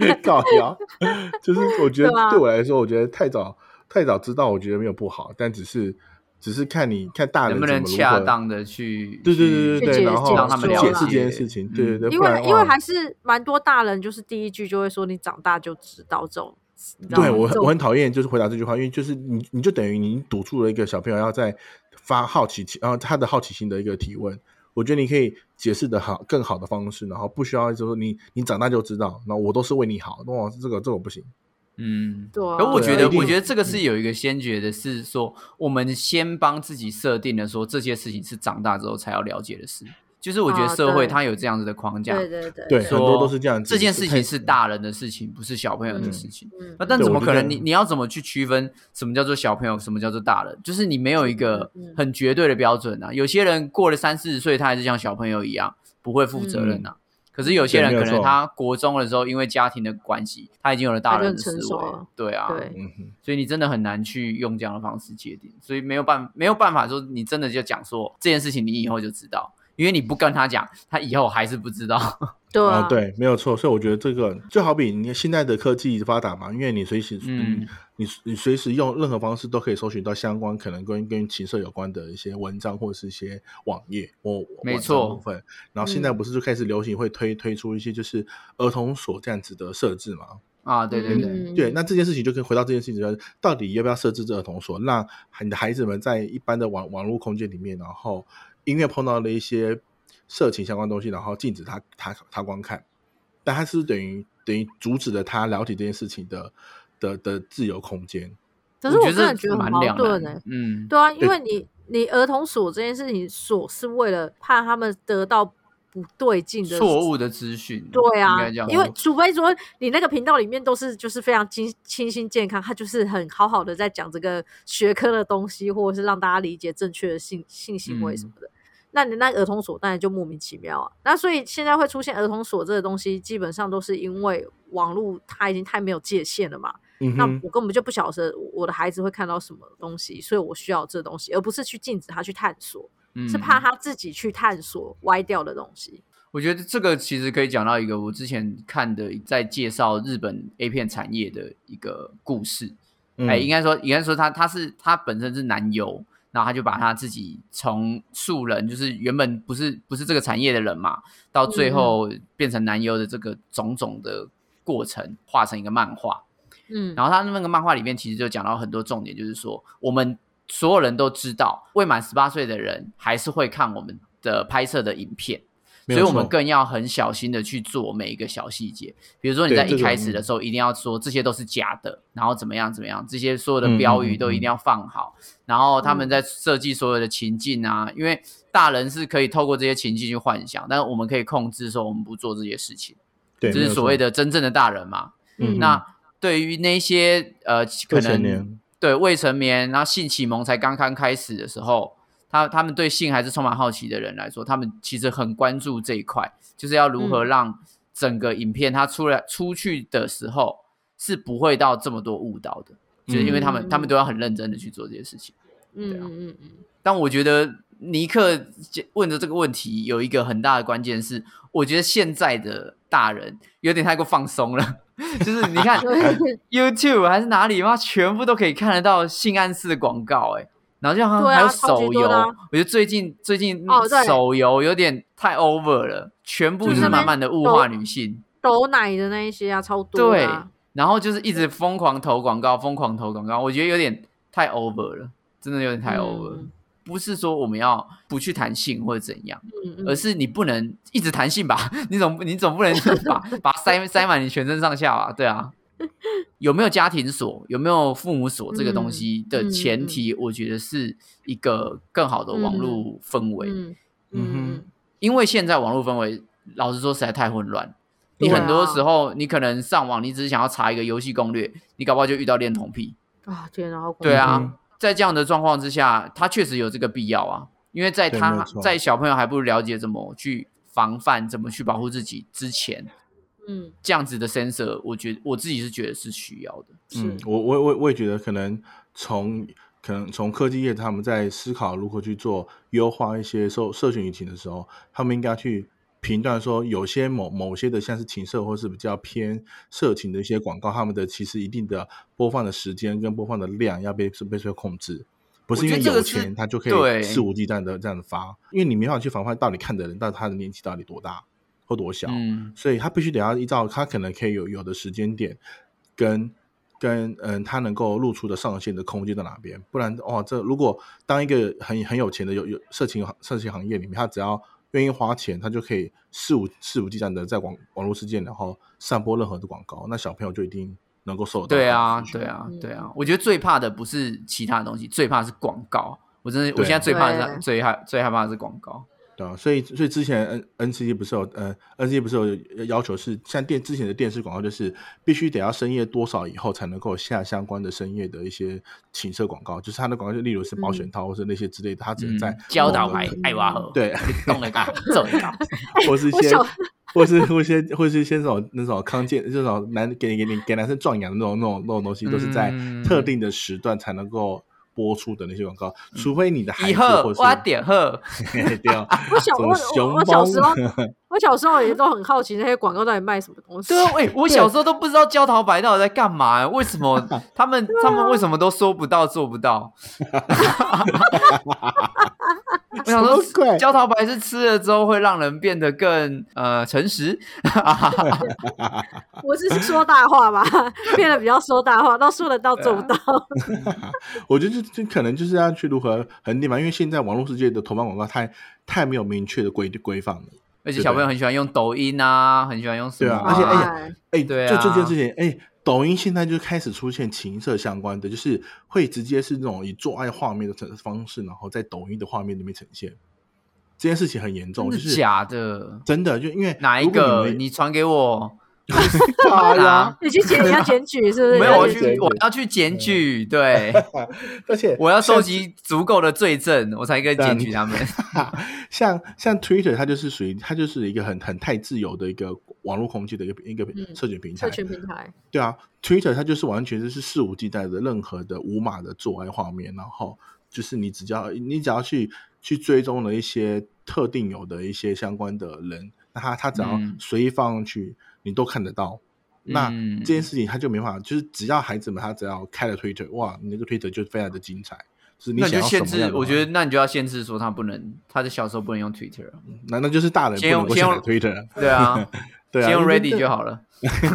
是，搞笑，就是我觉得
对啊
对我来说，我觉得太早太早知道，我觉得没有不好，但只是只是看你看大人
能不
怎
能
么如
恰
何
当的去
对对对
去
对对，
去
然后
让他们了
解释这
解
件事情，对对对，
嗯
因
不然的
为
话
因为还是蛮多大人，就是第一句就会说你长大就知道这种，你知道吗
对我
这
很
种
我很讨厌就是回答这句话，因为就是你你就等于你堵住了一个小朋友要在发好奇心，然后他的好奇心的一个提问。我觉得你可以解释的好更好的方式，然后不需要就是说你你长大就知道，然后我都是为你好，那我这个这个不行。
嗯，
对啊
可我
对啊
觉得
一，定
我觉得这个是有一个先决的，是说我们先帮自己设定了说这些事情是长大之后才要了解的事，就是我觉得
啊
社会
对
它有这样子的框架，
对对对
对
说
很多都是这样子
这件事情
太嗯
是大人的事情，不是小朋友的事情。
嗯
那但
对
怎么
我觉
可
得
能？你你要怎么去区分什么叫做小朋友，什么叫做大人？就是你没有一个
嗯嗯
很绝对的标准啊。有些人过了三四十岁，他还是像小朋友一样不会负责
嗯
任啊。可是有些人
对没
可
有
能
错
他国中的时候，因为家庭的关系，他已经有了大人的
他就
思
很成熟
维
了，
对啊，
对
嗯哼，
所以你真的很难去用这样的方式界定，所以没有办没有办法说你真的就讲说这件事情你以后就知道，因为你不跟他讲，他以后还是不知道。
对
啊、
啊，
对，没有错。所以我觉得这个就好比你现在的科技发达嘛，因为你随时
嗯
嗯，你你随时用任何方式都可以搜寻到相关可能跟跟情色有关的一些文章或者是一些网页或
没
网站
错嗯
部分。然后现在不是就开始流行会推推出一些就是儿童所这样子的设置嘛？
啊，对对对，
嗯
对，那这件事情就可以回到这件事情上，到底要不要设置这儿童所，让你的孩子们在一般的网网络空间里面，然后因为碰到了一些色情相关东西，然后禁止他他他观看，但他是等于等于阻止了他了解这件事情的的的自由空间。
可是我
觉
个
得
人觉得很
蛮
矛
两
盾
难
呢、
的嗯，
对啊，因
对
为你你儿童所这件事情，所是为了怕他们得到不对劲的
错误的资讯，
对
应
啊
该这样，说，
因为除非说你那个频道里面都是就是非常清清新健康，他就是很好好的在讲这个学科的东西，或者是让大家理解正确的性性行为什
嗯
么的。那你那儿童所当然就莫名其妙啊。那所以现在会出现儿童所这个东西，基本上都是因为网络它已经太没有界限了嘛，
嗯
那
哼，
我根本就不晓得我的孩子会看到什么东西，所以我需要这东西，而不是去禁止他去探索，
嗯
是怕他自己去探索歪掉的东西。
我觉得这个其实可以讲到一个我之前看的，在介绍日本 A 片产业的一个故事。
嗯
哎、应该说，应该说他他是他本身是男优，然后他就把他自己从素人，就是原本不是不是这个产业的人嘛，到最后变成男优的这个种种的过程，画成一个漫画。
嗯，
然后他那个漫画里面其实就讲到很多重点，就是说我们所有人都知道，未满十八岁的人还是会看我们的拍摄的影片。
嗯没
所以
有
我们
错
更要很小心的去做每一个小细节，比如说你
对
在
这
一
个
开始的
嗯
时候一定要说这些都是假的，然后怎么样怎么样，这些所有
嗯
的
嗯
标
嗯
语都一
嗯
定要放好，然后他们在设计所有的情境啊，因为大人是可以透过这些情境去幻想，但我们可以控制说我们不做这些事情，
对，
这
没
是
有
所谓
错
的真正的大人嘛。
嗯
那对于那些呃可
未成
能
年，
对未成年，然后性启蒙才刚刚开始的时候，他他们对性还是充满好奇的人来说，他们其实很关注这一块，就是要如何
嗯
让整个影片它出来出去的时候是不会到这么多误导的，就是因为他们、他们都要很认真的去做这些事情。
嗯
对啊
嗯嗯嗯，
但我觉得尼克问的这个问题有一个很大的关键是，我觉得现在的大人有点太过放松了， (laughs) 就是你
(laughs)
看
嗯
(laughs) YouTube 还是哪里嘛，全部都可以看得到性暗示的广告、欸，哎，然后就好像
对啊
还有
超级
手
多
游，
的啊
我觉得最近最近
哦对嗯
手游有点太 over 了，全部
就
就是是
那
慢
边
慢的物
抖
化女性，
抖奶的那一些啊，超多
对
的啊、，
然后就是一直疯狂投广告，疯狂投广告，我觉得有点太 over 了，真的有点太 over 了。
嗯
不是说我们要不去谈性或者怎样，
嗯嗯，
而是你不能一直弹性吧？ (laughs) 你总不你总
(laughs)
不能把把它塞塞满你全身上下吧？对啊，有没有家庭锁，有没有父母锁这个
嗯
东西的前提，我觉得是一个更好的网络氛围，
嗯
嗯
嗯
因为现在网络氛围老实说实在太混乱。
对
你
啊
很多时候，你可能上网，你只是想要查一个游戏攻略，你搞不好就遇到恋童癖。
嗯啊，天啊，好恐怖
对
嗯
啊，在这样的状况之下，他确实有这个必要啊，因为在
对没有
他
错
在小朋友还不了解怎么去防范、怎么去保护自己之前，
嗯
这样子的 sensor，我觉我自己是觉得是需要的。
是
嗯，我我我我也觉得可能从可能从科技业他们在思考如何去做优化一些社社群引擎的时候，他们应该去评断说有些某某些的像是情色或是比较偏色情的一些广告，他们的其实一定的播放的时间跟播放的量要被被被控制。不是因
我觉得
为
这个
有
是
钱，他就可以
对
肆无忌惮的这样发，因为你没办法去防范到底看的人，到底他的年纪到底多大或多小。
嗯，
所以他必须得要依照他可能可以有有的时间点跟。跟嗯，他能够露出的上限的空间在哪边？不然哦，这如果当一个很很有钱的有有色情行色情行业里面，他只要愿意花钱，他就可以肆无肆无忌惮的在网网络世界，然后散播任何的广告，那小朋友就一定能够受得到。
对啊，对，啊
嗯，
对啊，我觉得最怕的不是其他东西，最怕是广告。我真的，我
对
现在最怕
对
的是最害最害怕的是广告。
对啊，所以所以之前 N N C G 不是有呃 N C G 不是有要求是像电之前的电视广告，就是必须得要深夜多少以后才能够下相关的深夜的一些情色广告，就是它的广告就例如是保险套或是那些之类的，它只能
嗯
在，
教
某
导
个
牌
特
爱挖河，，
对，
动
(laughs)
了搞，做了搞。
或
(laughs)
是一
我
些
小
或是或是一些或是一些那种那种康健这种男给给给男生壮阳的那种那种那种东西，都是在特
嗯
定的时段才能够播出的那些广告，除非你的孩
以
子
后
或是
挖点喝，
(laughs) 对啊，
我小我
这种
我我
熊
小
(laughs)
猫
时候，我小时候也都很好奇那些广告到底卖什么东西。
对
(laughs)
啊，哎、我小时候都不知道焦桃白到底在干嘛、欸为什
(laughs)
么他们、
啊
他们为什么都说不到做不到？ (laughs) 我想
什么鬼
说，焦桃白是吃了之后会让人变得更呃诚实，
(laughs) 我只是说大话吧，变得比较说大话，都说得
啊
到做不到。
我觉得这这可能就是要去如何恒定吧，因为现在网络世界的投放广告太太没有明确的规规范了。
而且小朋友很喜欢用抖音啊，很喜欢用什么、
对啊而且哎呀
哎，
哎、
对
就这件
啊
事情，哎、抖音现在就开始出现情色相关的，就是会直接是那种以做爱画面的呈方式，然后在抖音的画面里面呈现。这件事情很严重，
真
就
的
是
假的？
真的，就因为
哪一
如果
个？
你啊
你传给
(laughs)
我，
发
哪？
你去检，你要检举是不是？
啊没有，我
要检
去
啊
举
我要去检举，对
而且
我要收
像 (laughs)
集足够的罪证，我才可以
对啊
检
你
举他们。
像像 Twitter，它就是属于它就是一个很很太自由的一个网络空间的一个一个
嗯
社群平台。
社群平台，
对啊，Twitter 它就是完全就是肆无忌惮的任何的无码的做爱画面，然后就是你只要你只要去去追踪了一些特定有的一些相关的人，那他他只要
嗯
随意放上去，你都看得到。 (laughs) 那
嗯
这件事情他就没办法，就是只要孩子们他只要开了 Twitter，哇，你那个 Twitter 就非常的精彩。就是你
那
想
你就
要什
限
么样
制，
的
我
话
觉得那你就要限制说他不能，他的小时候不能用 Twitter，啊
(laughs) 难道就是大人不
先用
能够下载
先用
Twitter？
对啊，
对啊，
先用
因为这
Ready 就好了。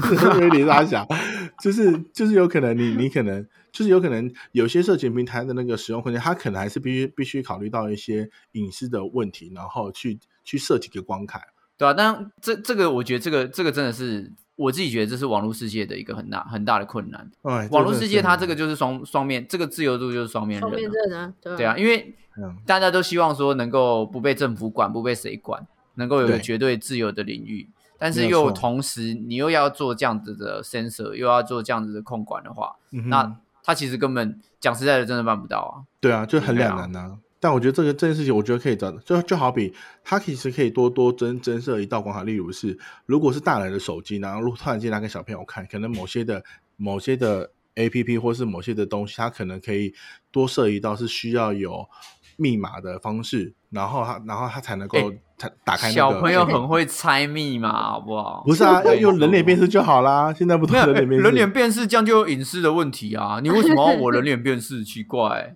Ready 大小，就是就是有可能你你可能就是有可能有些社群平台的那个使用空间，它可能还是必须必须考虑到一些隐私的问题，然后去去设几个关卡。
对啊，但这这个我觉得这个这个真的是我自己觉得这是网络世界的一个很大很大的困难。
哎，
网络世界它这
个
个就是双双面，这个自由度就是双面
双
刃
面
啊。
刃啊，对
对啊，，因为
嗯
大家都希望说能够不被政府管，不被谁管，能够有个
对
绝对自由的领域，但
没
是
有
又
错
同时你又要做这样子的 sensor，又要做这样子的控管的话，
真的是、嗯哼
那他其实根本讲实在的，真的办不到啊。
对啊，就很
对啊
两难呐、但我觉得这个这件事情，我觉得可以找，就就好比它其实可以多多增增设一道关卡，例如是如果是大人的手机，然后如果突然间拿给小朋友看，可能某些的某些的 A P P 或是某些的东西，它可能可以多设一道是需要有密码的方式，然后它然后它才能够
哎
才打开、那个
小朋友很会猜密码，好不好？
不是啊，要用人脸辨识就好啦。现在不都
没有哎
人脸辨识？
人脸辨识，这样就有隐私的问题啊！你为什么要我人脸辨识？奇怪、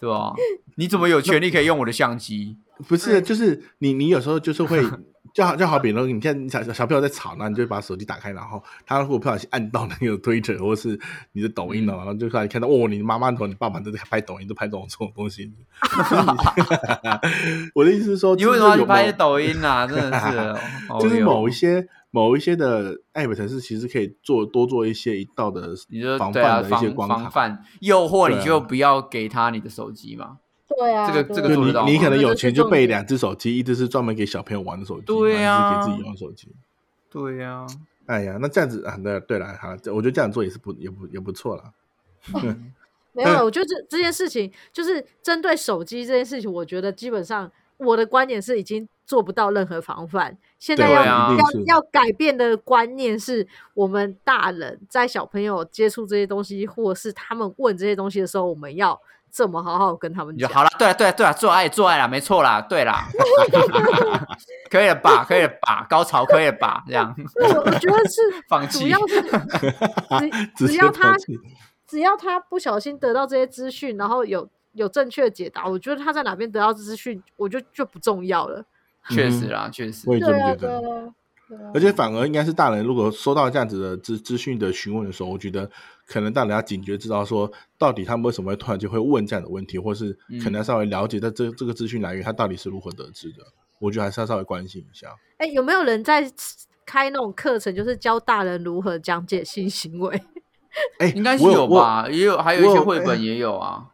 对吧、
(laughs)
你怎么有权利可以用我的相机？
不是，
嗯
就是你，你有时候就
(laughs)
是会，就好就好比如你看小小小朋友在吵，那你就把手机打开，然后他如果不小心按到那个推特或是你的抖
嗯
音哦，然后就突然看到哦，你妈妈和你爸爸都在拍抖音，都拍这种这种东西。就是你我的意思是 (laughs) 说，
你为什
就
么
是
要去
有
拍
某
抖音
(laughs)
啊？真的是，哦哎
就是某一
些
些某一些的 app 城市，其实可以做多做一些一道的
你就
防
对啊
范的一些
防
关
防
卡。
范诱惑，
对啊
你就不要给他你的手机嘛。
对啊，
这个
对
这个
就
做得
你
到，
你可能
这
有
是
钱就
重
备
点
两只手机，一只是专门给小朋友玩的手机，
对
然后一只
啊
是给自己用的手机。
对呀、
哎呀，那这样子啊，对对了，好，这我觉得这样做也是不也不也不错了。
没有
但
了，我觉得这这件事情就是针对手机这件事情，我觉得基本上我的观点是已经做不到任何防范。现在
对
要、
啊一
定
要
是
要改变的观念是我们大人在小朋友接触这些东西，或是他们问这些东西的时候，我们要这么好好跟他
(laughs)
们
你就
讲。
好啦，对啊啦，对啦，对啦，做爱做爱啦，没错啦，对
(laughs)
啦，可以了吧，可以了吧，高潮可以了吧，这样
对，我我觉得是
(laughs) 放
主
弃
要
(laughs)
是只
直
只
接
要
抛
他
弃
只要他不小心得到这些资讯，然后有有正确的解答，我觉得他在哪边得到资讯，我就就不重要了。
确实啦，确实
嗯我，也这么
对
觉
啊，对
得。
啊，对啊。
而且反而应该是大人，如果收到这样子的资资讯的询问的时候，我觉得可能大人要警觉，知道说到底他们为什么会突然就会问这样的问题，或是
嗯
可能要稍微了解在这这个资讯来源他到底是如何得知的。我觉得还是要稍微关心一下。
哎、有没有人在开那种课程，就是教大人如何讲解性行为？
哎，
应该是
我
有？吧，也有，还有一
我
些
有
绘本也有啊。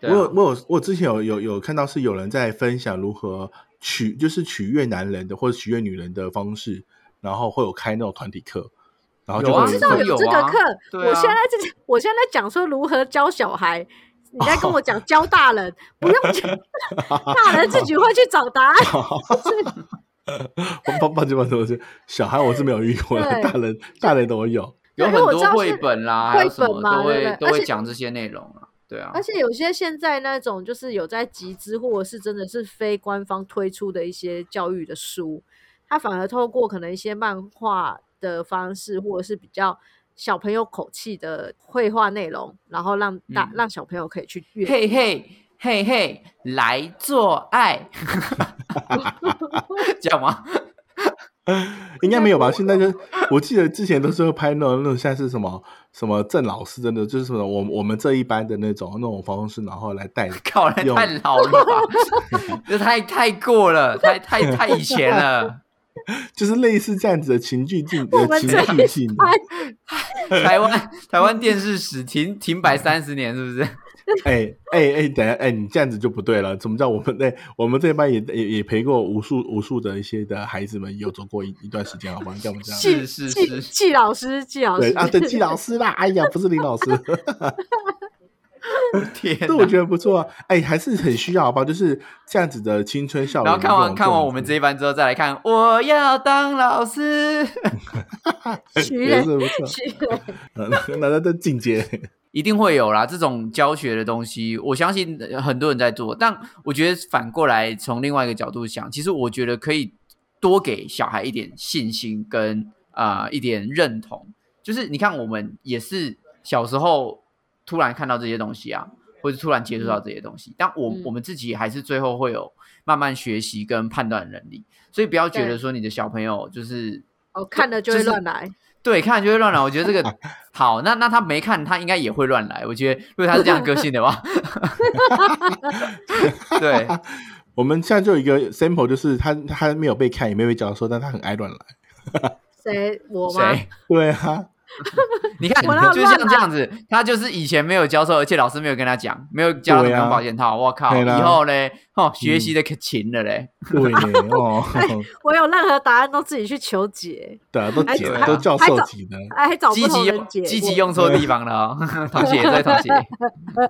我
对
我
啊
有我有我之前有有有看到是有人在分享如何取就是取悦男人的或者取悦女人的方式，然后会有开那种团体课，然后就
有
会
啊
有
知
人
道
在
有这
有
个
啊
课，
对
我现在
啊
在讲我现在在讲说如何教小孩，你在跟我讲教
(laughs)
大人，不用讲，大人自己会去找答案。
抱抱抱歉抱歉抱歉，小孩我是没有遇过的，
对
大人大人的我有，
有
对
很
因为我知
多
道是
绘本啦，还有什
绘
么
本嘛
都
对
会
不对
都
而
会
且
讲这些内容啊。对啊
而，且有些现在那种就是有在集资或者是真的是非官方推出的一些教育的书，它反而透过可能一些漫画的方式，或者是比较小朋友口气的绘画内容，然后让大、
嗯
让小朋友可以去阅读。
嘿嘿嘿嘿，来做爱， (laughs) 这样吗？ (laughs)
应该没有吧？
应
现在就我记得之前都是会拍那种那种像是什么什么郑老师的那种，就是什么我我们这一班的那种那种方式，然后来带
靠，那
有
太老了吧， (laughs) 这太太过了，太太太以前了。 (laughs)
就是类似这样子的情绪性
我
的
们
情
这
绪性的。
台湾台湾电视史停停摆三十年，是 (laughs) 不是？
(laughs) 哎哎哎，等一下，哎，你这样子就不对了。怎么叫我们哎，我们这一班也也也陪过无数无数的一些的孩子们，也有走过一一段时间，好吗？你干嘛这样？
是
季
是
季
是
季老师，季老
对
师
啊，对，季老师啦，哎呀，不是林老师，
天哪，
这我觉得不错啊！哎，还是很需要好不好？就是这样子的青春校园。
然后看完看完我们这
这
一班之后，再来看我要当老师， (laughs)
种
许
也
愿
是不错，
许愿
呃那那那境界，
一定会有啦。这种教学的东西，我相信呃很多人在做，但我觉得反过来从另外一个角度想，其实我觉得可以多给小孩一点信心跟啊、呃一点认同。就是你看，我们也是小时候突然看到这些东西啊，或者突然接触到这些东西，但我、
嗯
我们自己还是最后会有慢慢学习跟判断能力，所以不要觉得
对
说你的小朋友就是
哦，看了就
就
会
是
乱来。
对，看就会乱来。我觉得这
(laughs)
个好，那那他没看，他应该也会乱来。我觉得如果他是这样个性的
(laughs)
话，对，
我们现在就有一个 sample，就是他他没有被看，也没有被教授，但他很爱乱来。
谁 (laughs) 我吗？
谁？
对啊，
你看，
我哪有
就是像
乱
这样子，他就是以前没有教授，而且老师没有跟他讲，没有教他怎么
对啊
用保险套。我、靠，
对啦嗯
以后嘞，哦，学习的可勤了嘞。
对呢哦，
我有任何答案都自己去求解，
对啊，都解
还
的都教授级的，
哎，还找
积
不
极
同人
用
解。
积极用错地方了哦， (laughs) 同学也在
(laughs)
同学。对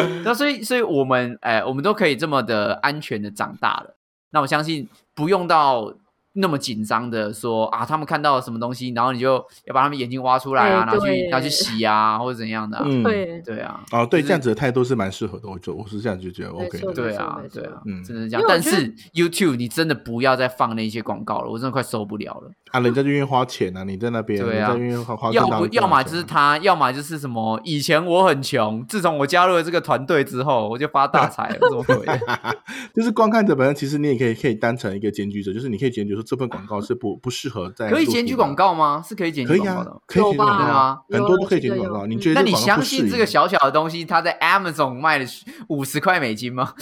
啊，那所以所以我们哎、我们都可以这么的安全的长大了。那我相信不用到那么紧张的说啊，他们看到了什么东西，然后你就要把他们眼睛挖出来啊，
哎
拿去
对
拿去洗啊，或者怎样的啊、
嗯
我，对，
对啊，
哦，对，
就是
这样子的态度是蛮适合的，我觉得我是这样就觉得
没
OK
错
的。
对啊
没，错
对啊，
没错
真的是这样
因。为我
但
觉得
是 YouTube 你真的不要再放那些广告了，我真的快受不了了。
啊，人家就愿意花钱啊，你在那边，
对
人
啊
家愿意花花
要
更大
不
的
要么
钱啊
就是他，要么就是什么？以前我很穷，自从我加入了这个团队之后，我就发大财
(laughs)
了，什么鬼的？
(laughs) 就是观看者本身，其实你也可以可以当成一个检举者，就是你可以检举说这份广告是不不适合 (laughs) 在
可以检举广，告吗？是可以检
可
举
以
广告
啊
的吗。，
可以检举广告
有吧
啊，
有啊
很多都可以检举
有
广告。
有
你觉得
嗯那
这
你
广告
相
不
信
适
这个
宜？
小小的东西，它在 Amazon 卖了五十块美金吗？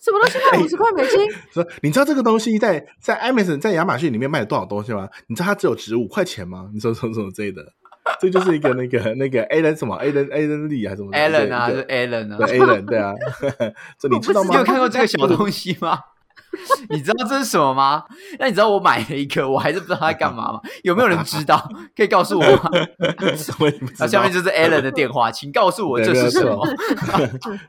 什么东西
哎
卖五十块美金？
说你知道这个东西在在 Amazon 在亚马逊里面卖了多少东西吗？你知道它只有值五块钱吗？你说什么什么之类的，这就是一个那个那个 Alan 什么 Alan Alan Lee 还是什么
a l a n 啊，
一
就
个
是 a l a n 啊，
对 Alan 对啊， (laughs) 这你知道
你
吗
有？看过这个小东西吗？ (laughs) 你知道这是什么吗？那你知道我买了一个，我还是不知道它干嘛吗？有没有人知道？ (laughs) 可以告诉我
(laughs)
吗？
(laughs) 什么你不知
那
道？
下面就是 a l a n 的电话，请告诉我
对
这
没有
是什
错
么？
(laughs)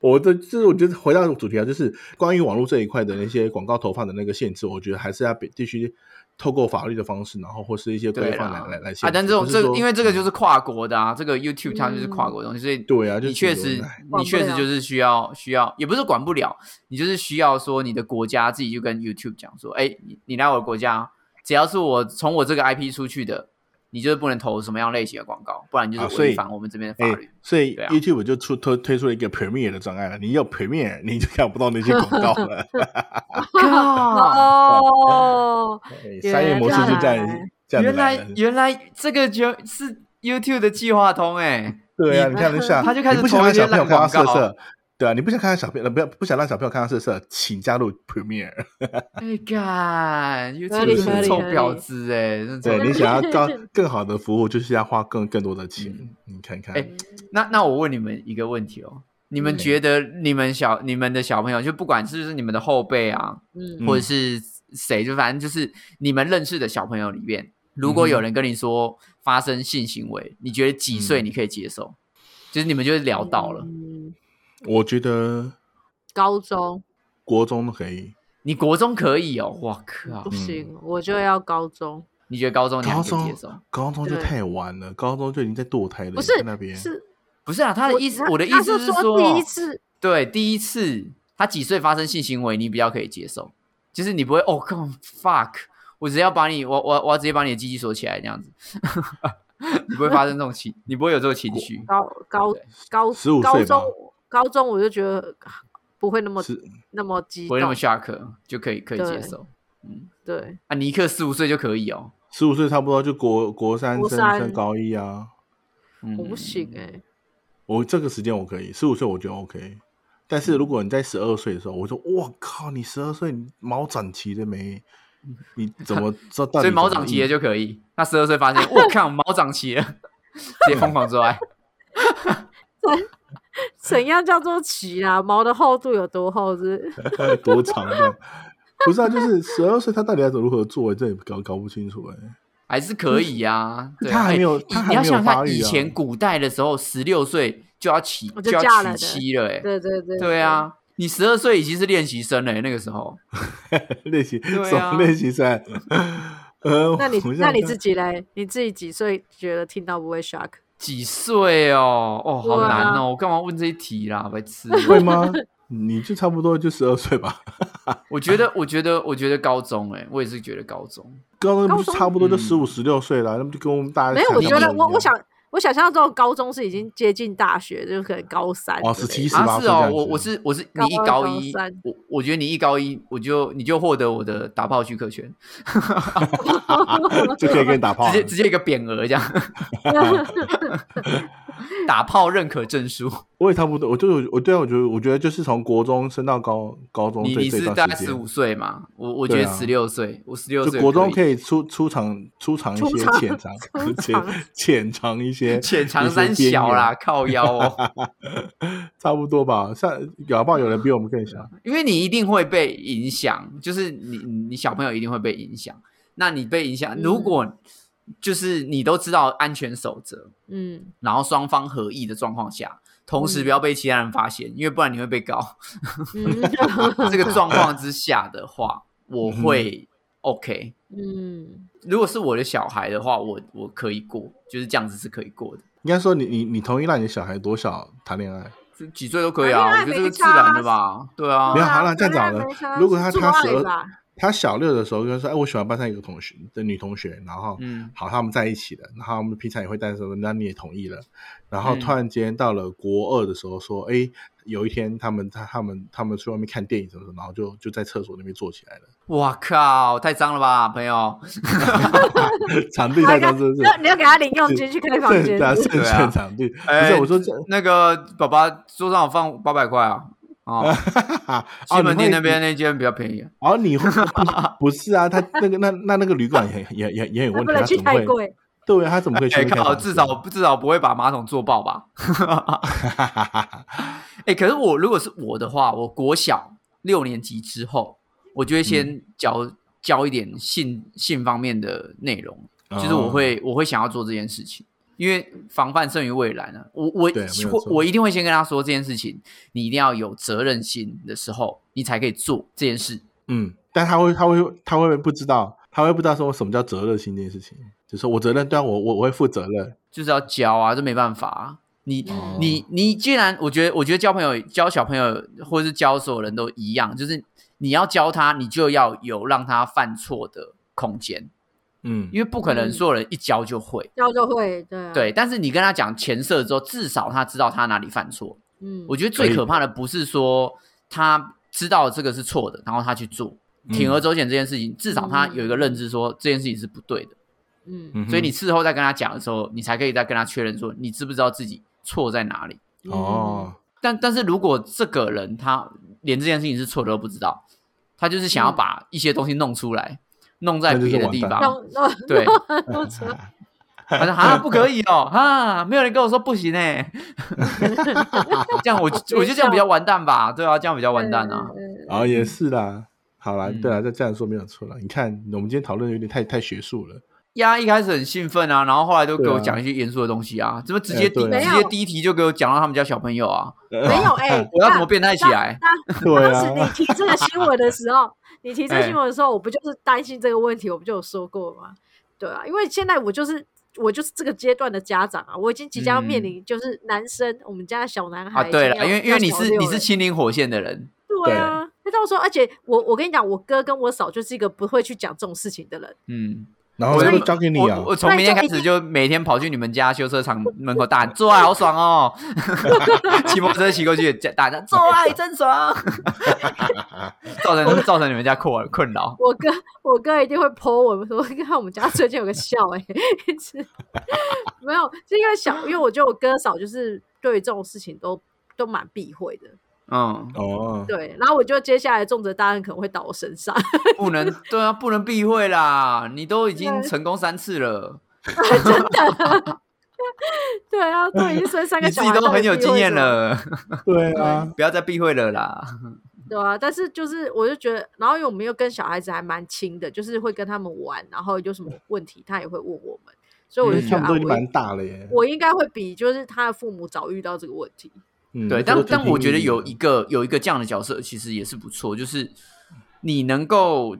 我的就是我觉得回到主题啊，就是关于网络这一块的那些广告投放的那个限制，我觉得还是要必必须透过法律的方式，然后或是一些规
对
范来
啦
来来限制。
啊，但这种
不
这
是
个
说嗯
因为这个就是跨国的啊，这个 YouTube 它就是跨国的东西，所以
对啊，就
你
是
确
有
实
哎
你
嗯管不
确实
了
就是需要需要，也不是管不了，你就是需要说你的国家自己就跟 YouTube 讲说，哎，你你来我的国家，只要是我从我这个 IP 出去的，你就是不能投什么样类型的广告，不然你就
啊
是
所以
违反我们这边的
哎
法
(laughs)
律。
所以
对啊
YouTube 就出推推出了一个 Premiere 的障碍了。你有 Premiere，你就看不到那些广告
(laughs)
了。
啊
靠
哦，
哎
原
商业模式就这样
来
这样子
原
来
来
了。
原来这个就是。YouTube 的计划通哎、
对啊，
你
你看一下，
他就开始
你不想
投
让
一些
小朋友
烂
看到
广
色
告
色，对啊，你不想看到小朋友不要不想让小朋友看到色色，请加入 Premiere。
(laughs) 哎干
合理
，YouTube
合
是
理
臭
合理
婊子哎、真的
对
臭
你
婊
想要
(laughs)
高更好的服务，就是要花更更多的钱。
嗯
你看看，
哎那那我问你们一个问题哦，你们
嗯
觉得你们小你们的小朋友，就不管是不是你们的后辈啊，
嗯，
或者是谁，就反正就是你们认识的小朋友里面，如
嗯
果有人跟你说发生性行为，你觉得几岁
嗯
你可以接受？就是你们就是聊到了，
嗯
我觉得
高中
国中可以，
你国中可以哦，我靠
不，
嗯
行，我就要高中，
你觉得高中哦你还
高
可以接
中
受？
高中就
对
太晚了，高中就已经在堕胎了。
不
你
是
在那边
是
不是啊，他的意思，我的意
他
思
是
说，
第一次
对，第一次他几岁发生性行为，你比较可以接受，就是你不会哦，靠 fuck，我直接要把你，我我我要直接把你的鸡鸡锁起来这样子， (laughs) 你不会发生这种情，你不会有这种情绪。
高高高
15岁
高
吧
中高中我就觉得啊不会那么
是
那么激
不
动
会那，么 shock 就可以可以接
对
受
对，
啊，尼克四五岁就可以哦，
十五岁差不多就国国三
国
升
三
升高一啊。
嗯、
我不行哎，
我这个时间我可以，十五岁我觉得 OK。但是如果你在十二岁的时候，我说我靠，你十二岁你毛长齐了没？你怎
(laughs)
么知道？
所以毛长齐了就可以。他十二岁发现，我靠，毛长齐了，直接疯狂做爱。
怎样叫做齐啊？毛的厚度有多厚是？
(laughs) 就多长的？不是啊，就是十二岁他到底要如何做，这也搞搞不清楚哎、
啊还是可以啊。对啊
他还没有
哎
他还
你要
没有
想想
发
看，
育啊
以前古代的时候，十六岁就要娶
我就
要
嫁了
娶
的
妻了、欸，哎，
对对对，
对啊，你十二岁已经是练习生了、欸，那个时候。
(laughs) 练习
对啊
什么练习赛？呃，
那你
我想
那你
看
自己嘞？你自己几岁觉得听到不会 shock？
几岁哦？哦，好
对啊
难哦！我干嘛问这一题啦？白痴！
会吗？你就差不多就十二岁吧，
我觉得，我觉得，我觉得高中、欸，哎，我也是觉得高中。
高中
高
不
中
是差不多就
嗯
十五十六岁了，那不就跟我们大家
没有，
想
我
象
觉
的
得
一
我我
样
想我想象中的高中是已经接近大学，就可能高三
哦
之类的
1718
啊，是
岁这
哦
样，
我
子
我是我是
高
你一
二
高
高
一
三，
我我觉得你一高一，我就你就获得我的打炮许可权，
(laughs) 就可以跟你打炮啊
直
了，
接直接一个匾额这样，
(laughs)
打炮认可证书。
我也差不多，我就我对啊，我觉得我觉得就是从国中升到高高中
你
这
你
这一
是
段
大概
时
十
间，
五岁嘛？我我觉
对
得
啊
十六岁，我十六
就
岁
国中可
以
以出出场出场一
出
些
场
浅尝
出
浅
场
浅尝一些
浅尝
一些
三
边
小
缘
啦，靠腰哦。
(laughs) 差不多吧，像搞不好有人比我们更
(laughs)
小。
因为你一定会被影响，就是你你你小朋友一定会被影响。那你被影响，
嗯
如果就是你都知道安全守则，
嗯，
然后双方合意的状况下，同时
嗯
不要被其他人发现，因为不然你会被告。
(laughs)
嗯
这个状况之下的话，我会 OK。
嗯，
如果是我的小孩的话，我我可以过，就是这样子是可以过的，
应该说你你你同意让你的小孩多小谈恋爱？
就几岁都可以啊。我
谈恋爱
觉得这个
没
自
差啊
然的吧，对啊
没有，
对啊
好了，这样
谈恋
讲
爱
了
没差。
如果他
做
他
爱
十二
吧，
他小六的时候就说：“哎，我喜欢班上有个同学的女同学。”然后，
嗯
好，他们在一起了，然后他们平常也会带什么，那你也同意了。然后
嗯
突然间到了国二的时候，说：“哎，有一天他们他他们他们去外面看电影什么什么，然后就就在厕所那边坐起来了，
哇靠，太脏了吧，朋友。 (laughs)
场地
他
太
应该
脏，真的
要
是
你要给他零用金去开房
正
间，
对啊，
是
正
不是
对啊
正场地。不
哎
是我说这
那个爸爸桌上有放八百块啊，哦， (laughs) 西
啊，
门
你
町
会
那边那间比较便宜。
哦，
(laughs)
你会不是啊？他那个那那那个旅馆也也也也有
还
问
不
题，他
能去
怎么
太
会？
贵。
对啊，他怎么可以去
哎
那边看
靠，
房
至
(laughs) 间？
少至少不会把马桶坐爆吧？哎，可是我如果是我的话，我国小六年级之后，我
嗯
就会先教教一点性性方面的内容，
哦
就是我会我会想要做这件事情。因为防范胜于未然啊！我我
对没有
会
错
我一定会先跟他说这件事情，你一定要有责任心的时候，你才可以做这件事。
嗯，但他会，他会，他会不知道，他会不知道说什么叫责任心这件事情，就是我责任，对啊，我我我会负责任，
就是要教啊，这没办法、啊。你、
嗯
哦
你你既然我觉得，我觉得交朋友、教小朋友或者是教所有人都一样，就是你要教他，你就要有让他犯错的空间，
嗯，
因为不可能
嗯
所有人一教就会。
要就会，对啊，
对，但是你跟他讲前设之后，至少他知道他哪里犯错。
嗯，
我
觉
觉得最
可以
可怕的不是说他知道这个是错的，然后他去做
嗯
铤而走险这件事情，至少他
嗯
有一个认知说这件事情是不对的。
得，嗯，
嗯哼，
所以你事后再跟他讲的时候，你才可以再跟他确认说你知不知道自己错在哪里。
嗯
哦，
但但是如果这个人他连这件事情是错的都不知道，他就是想要
嗯
把一些东西弄出来，弄在
那就是
别的
完
地
蛋
方，
弄弄
对，
弄出来，
他说啊不可以哦，啊没有人跟我说不行哎、 (laughs) 这样我就我觉得这样比较完蛋吧，对啊，这样比较完蛋啊，
嗯
然后哦也是啦，好啦，
嗯
对啦，啊这这样说没有错啦。你看，我们今天讨论有点太太学术了，
呀，一开始很兴奋啊，然后后来都给
对啊
我讲一些严肃的东西啊，怎么直接
哎
第、
对啊
直
没
接
有
第一题就给我讲到他们家小朋友啊，
没有哎，
我要
那
怎么变态起来？
当
(laughs) 对
当时你
啊，
提这个新闻的时
(laughs)
候，你提这个
哎
新闻的时候，我不就是担心这个问题，我不就有说过吗？对啊，因为现在我就是我就是这个阶段的家长啊，我已经即将要面临就是男生，我们家的小男
嗯啊，
孩已经
对
要，
了，因为因为你是
要小六
你
了
是亲临火线的人，
对啊。那到时候，而且我我跟你讲，我哥跟我嫂就是一个不会去讲这种事情的人，
嗯，
然后
我
就交给你啊
我，我从明天开始就每天跑去你们家修车厂门口大喊做爱，好爽哦！ (laughs) 骑摩托车骑过去，大家做爱真爽， (laughs) 造成造成你们家困困扰。
我哥，我哥一定会 po 我们说，看我们家最近有个笑哎、 (laughs) 欸，是没有，是因为小，因为我觉得我哥嫂就是对于这种事情都都蛮避讳的，
嗯，
哦，
对。然后我就接下来重责大任可能会到我身上， (laughs)
不能对啊，不能避讳啦！你都已经成功三次了，
对啊，都已经生三
(laughs) 你
个
自
小
己 (laughs)
孩，
都很有经验。了，
对啊，
不要再避讳了啦。
对啊，但是就是我就觉得，然后因为我们又跟小孩子还蛮亲的，就是会跟他们玩，然后有什么问题他也会问我们，所以我就
嗯
觉
他们
得、啊
都已经
我
蛮大了耶。
我应该会比就是他的父母早遇到这个问题。
嗯
对，
那这
但
个
但我觉得
挺
有一个有一个这样的角色，其实也是不错，就是你能够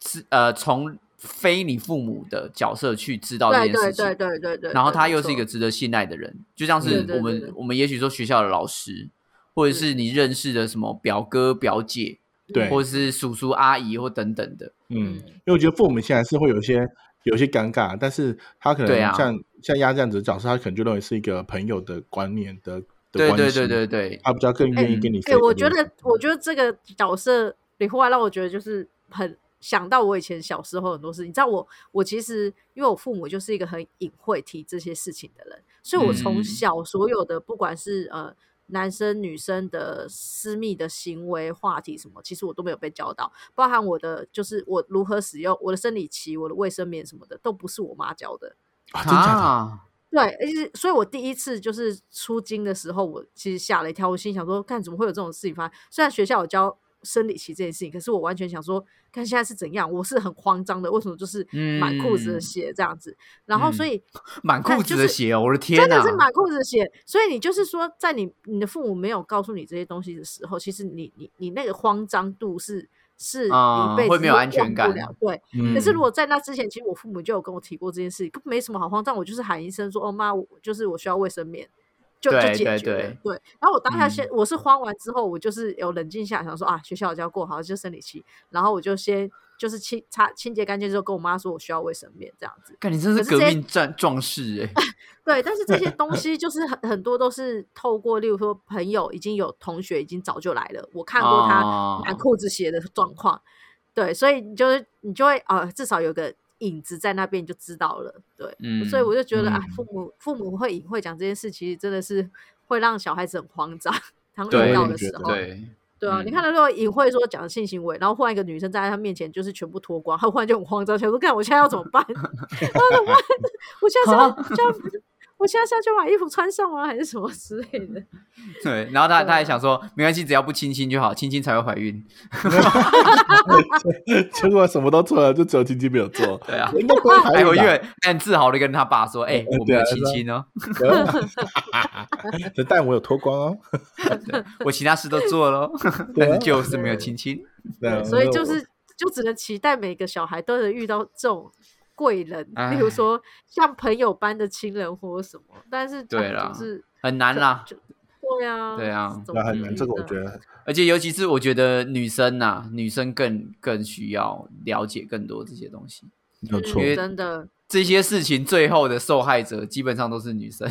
知呃从非你父母的角色去知道这
对
件
对
事情，
对对对对。
然后
对
他
没
又是一个
错
值得信赖的人，就像
对
是
对
我们
对嗯对
我们也许说学校的老师，或者是你认识的什么表哥表姐，
嗯
对
或者是叔叔阿姨或等等的，
嗯，因为我觉得父母现在是会有一些有一些尴尬，但是他可能
对啊
像、像鸭这样子的角色，他可能就认为是一个朋友的观念的的
对
关系，
对对对对，
他比较更愿意
哎
跟你 say
哎、
这个东西。
我觉得，我觉得这个角色，你忽然让我觉得就是很想到我以前小时候很多事情。你知道我，我其实因为我父母就是一个很隐晦提这些事情的人，所以我从
嗯
小所有的不管是呃男生女生的私密的行为话题什么，其实我都没有被教导，包含我的就是我如何使用我的生理期、我的卫生棉什么的，都不是我妈教的。
啊，真假的？
啊，
对，而且所以，我第一次就是出京的时候，我其实吓了一跳，我心想说，看怎么会有这种事情发生？虽然学校有教生理期这件事情，可是我完全想说，看现在是怎样，我是很慌张的，为什么就是满裤子的
嗯
血这样子？然后所
嗯
以
满
看
裤
就
子的
是
血哦，我的天
真
哪
的是！满裤子血。所以你就是说，在你你的父母没有告诉你这些东西的时候，其实你你你那个慌张度是是
啊
一辈子
会没有
都
安全
忘不
感
了对，
嗯
可是如果在那之前，其实我父母就有跟我提过这件事，根本没什么好慌张，我就是喊一声说：“哦妈，我就是我需要卫生棉。”就就
对
解
对
决了，
对
然后我当下
嗯
先、我是慌完之后，我就是有冷静下来，想说啊，学校有教过，好，就生理期，然后我就先就是清擦清洁干净之后，跟我妈说我需要卫生棉这样子。
看你真是
可是这
革
些
命战壮士哎、
对，但是这些
(laughs)
东西就是很很多都是透过，例如说朋友已经有同学已经早就来了，我看过他
哦
满裤子血的状况，对，所以你就是你就会啊、至少有个影子在那边你就知道了，对，
嗯
所以我就觉得啊、
嗯
父母父母会隐晦讲这件事，其实真的是会让小孩子很慌张， (laughs) 他们
对
遇到
我
的
也
时
觉得
候，
对，
对啊，
嗯
你看他如果隐晦说讲性行为，然后忽然一个女生站在他面前，就是全部脱光，他忽然就很慌张，想说：“看我现在要怎么办？我 (laughs) 怎么办？我现在是
啊
要就要我现在是要去把衣服穿上吗？还是什么之类的
对，啊然后他
对
他还想说，没关系，只要不亲亲就好，亲亲才会怀孕。
(laughs) 结果什么都做了，就只有晶晶没有做。
对 (laughs) 啊
我应该不会怀
还回
孕
去
吧？
很自豪的跟他爸说：“哎、
对
我没有
啊
亲
是啊
亲哦，
这 (laughs) 但我有脱光哦。
我其他事都做了哦，
对
但
啊
是就是没有亲亲。
对啊？”
所以就是就只能期待每个小孩都能遇到这种贵人，例如
唉
说像朋友般的亲人或什么。但是
对
啊
啦
就是
很难啦。
就对啊，
对啊
怎
那
么
很
比
难，这个我
呢
觉得
而且尤其是我觉得女生呐、啊女生更更需要了解更多这些东西。
没有错
因。为
嗯真的。
这些事情最后的受害者基本上都是女生，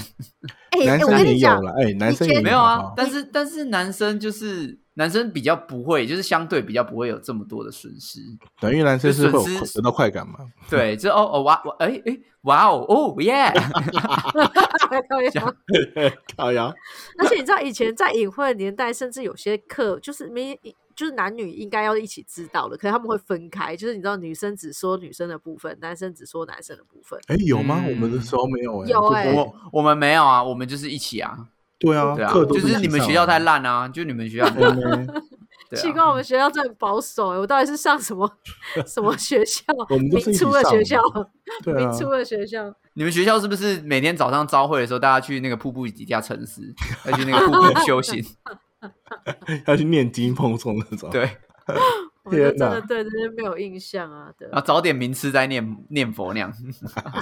哎、
男
哎我
生
跟
也
你
有
讲，
了，哎，男生也
前
没有
好不
啊
好。
但是但是男生就是男生比较不会，就是相对比较不会有这么多的损失。
对，因为男生是会
就损
有
失
得到快感
(laughs)
嘛。
(laughs) 对，就哦哦哇哇哎哎哇哦哦 (laughs) 耶！
好
嗯
呀，
啊而且你知道，以前在隐晦的年代，甚至有些课就是没，就是男女应该要一起知道的，可是他们会分开，就是你知道，女生只说女生的部分，男生只说男生的部分。
哎，有吗？
嗯
我们的时候没有哎。
有
不
哎
过
我我们没有啊，我们就是一起啊，
对啊
对，啊，
课都
就是你们学校太烂啊，就你们学校很 (laughs) 烂，
烂。
对
奇
啊
怪，我们学校真的很保守、欸，我到底是上什么 (laughs) 什么学校？
我们都
民
是一起
初的
上
学
的
校，
对啊
民，初的学校，
你们学校是不是每天早上朝会的时候，大家去那个瀑布底下沉思，要去那个瀑布修行？
(laughs) 要去念经碰撞那种。
对，
我就
天
真
哪
的对这些没有印象啊。对，
然后早点名吃再念念佛那样。 (laughs)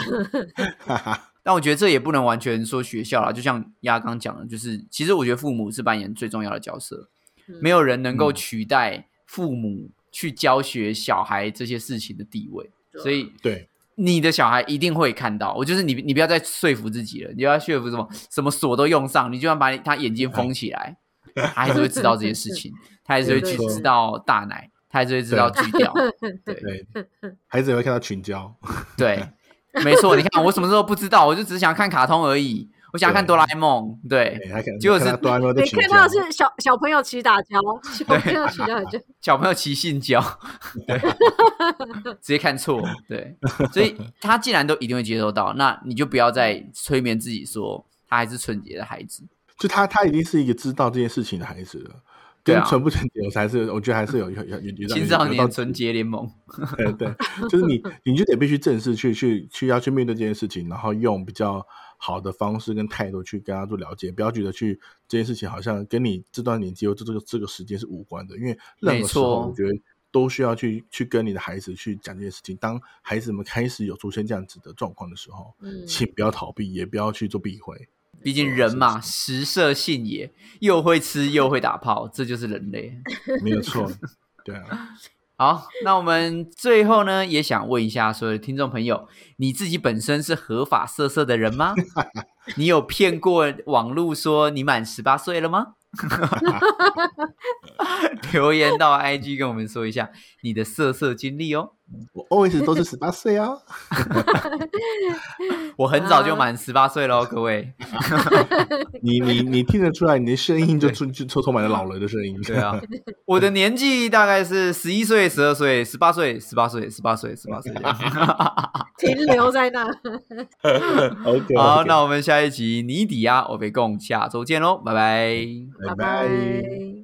哈哈，
但我觉得这也不能完全说学校啦，就像亚刚讲的，就是其实我觉得父母是扮演最重要的角色，
嗯
没有人能够取代父母去教学小孩这些事情的地位，
对啊
所
(laughs)
以
对，
你的小孩一定会看到。我就是你，你不要再说服自己了，你要说服什么什么锁都用上，你就算把你他眼睛封起
(laughs)
来，他还是会知道这些事情，他还是会去
没错
知道大奶，他还是会知道居掉，对
对，孩子也会看到群交。 (laughs)
对，没错。你看我什么时候不知道，我就只是想看卡通而已，我想看
对
哆啦 A 梦，对，
哎还看
就是
看他哆啦 A 梦在
你
群
看
交。
到的是小小朋友起打
(laughs)
架咯，小朋友起打架，
(laughs) 小朋友骑性
(laughs)
交，对， (laughs) 直接看错，对，所以他既然都一定会接收到，那你就不要再催眠自己说他还是纯洁的孩子，
就他他已经是一个知道这件事情的孩子了，
对啊
跟纯不纯洁才是，我觉得还是有有有有有
青少
有到
年纯洁联盟，
对对，
(laughs)
就是你，你就得必须正式去去去要去面对这件事情，然后用比较好的方式跟态度去跟他做了解，不要觉得去这件事情好像跟你这段年纪或这这个这个时间是无关的，因为任
没
何时候
错
我觉得都需要去去跟你的孩子去讲这件事情。当孩子们开始有出现这样子的状况的时候，
嗯，
请不要逃避，也不要去做
(laughs)
避讳。
毕竟人嘛，食色性也，又会吃又会打炮，这就是人类。
没
(laughs)
有错，对啊，
好，那我们最后呢，也想问一下所有的听众朋友，你自己本身是合法色色的人 (laughs) 吗？你有骗过网路说你满十八岁了 (laughs) 吗？留言到 IG 跟我们说一下你的色色经历哦。
我 always 都是十八
(laughs)
岁啊，
我很早就满十八岁喽，各位。
你你你听得出来，你的声音就充就充充满了老人的声音。
对
(laughs)
啊，我的年纪大概是十一岁、十二岁、十八岁、十八岁、十八岁、十八岁这 (laughs) 样。
停留在那。
，OK，
好，啊那我们下一集尼底亚欧贝贡，下周见喽，拜拜。
拜
拜拜。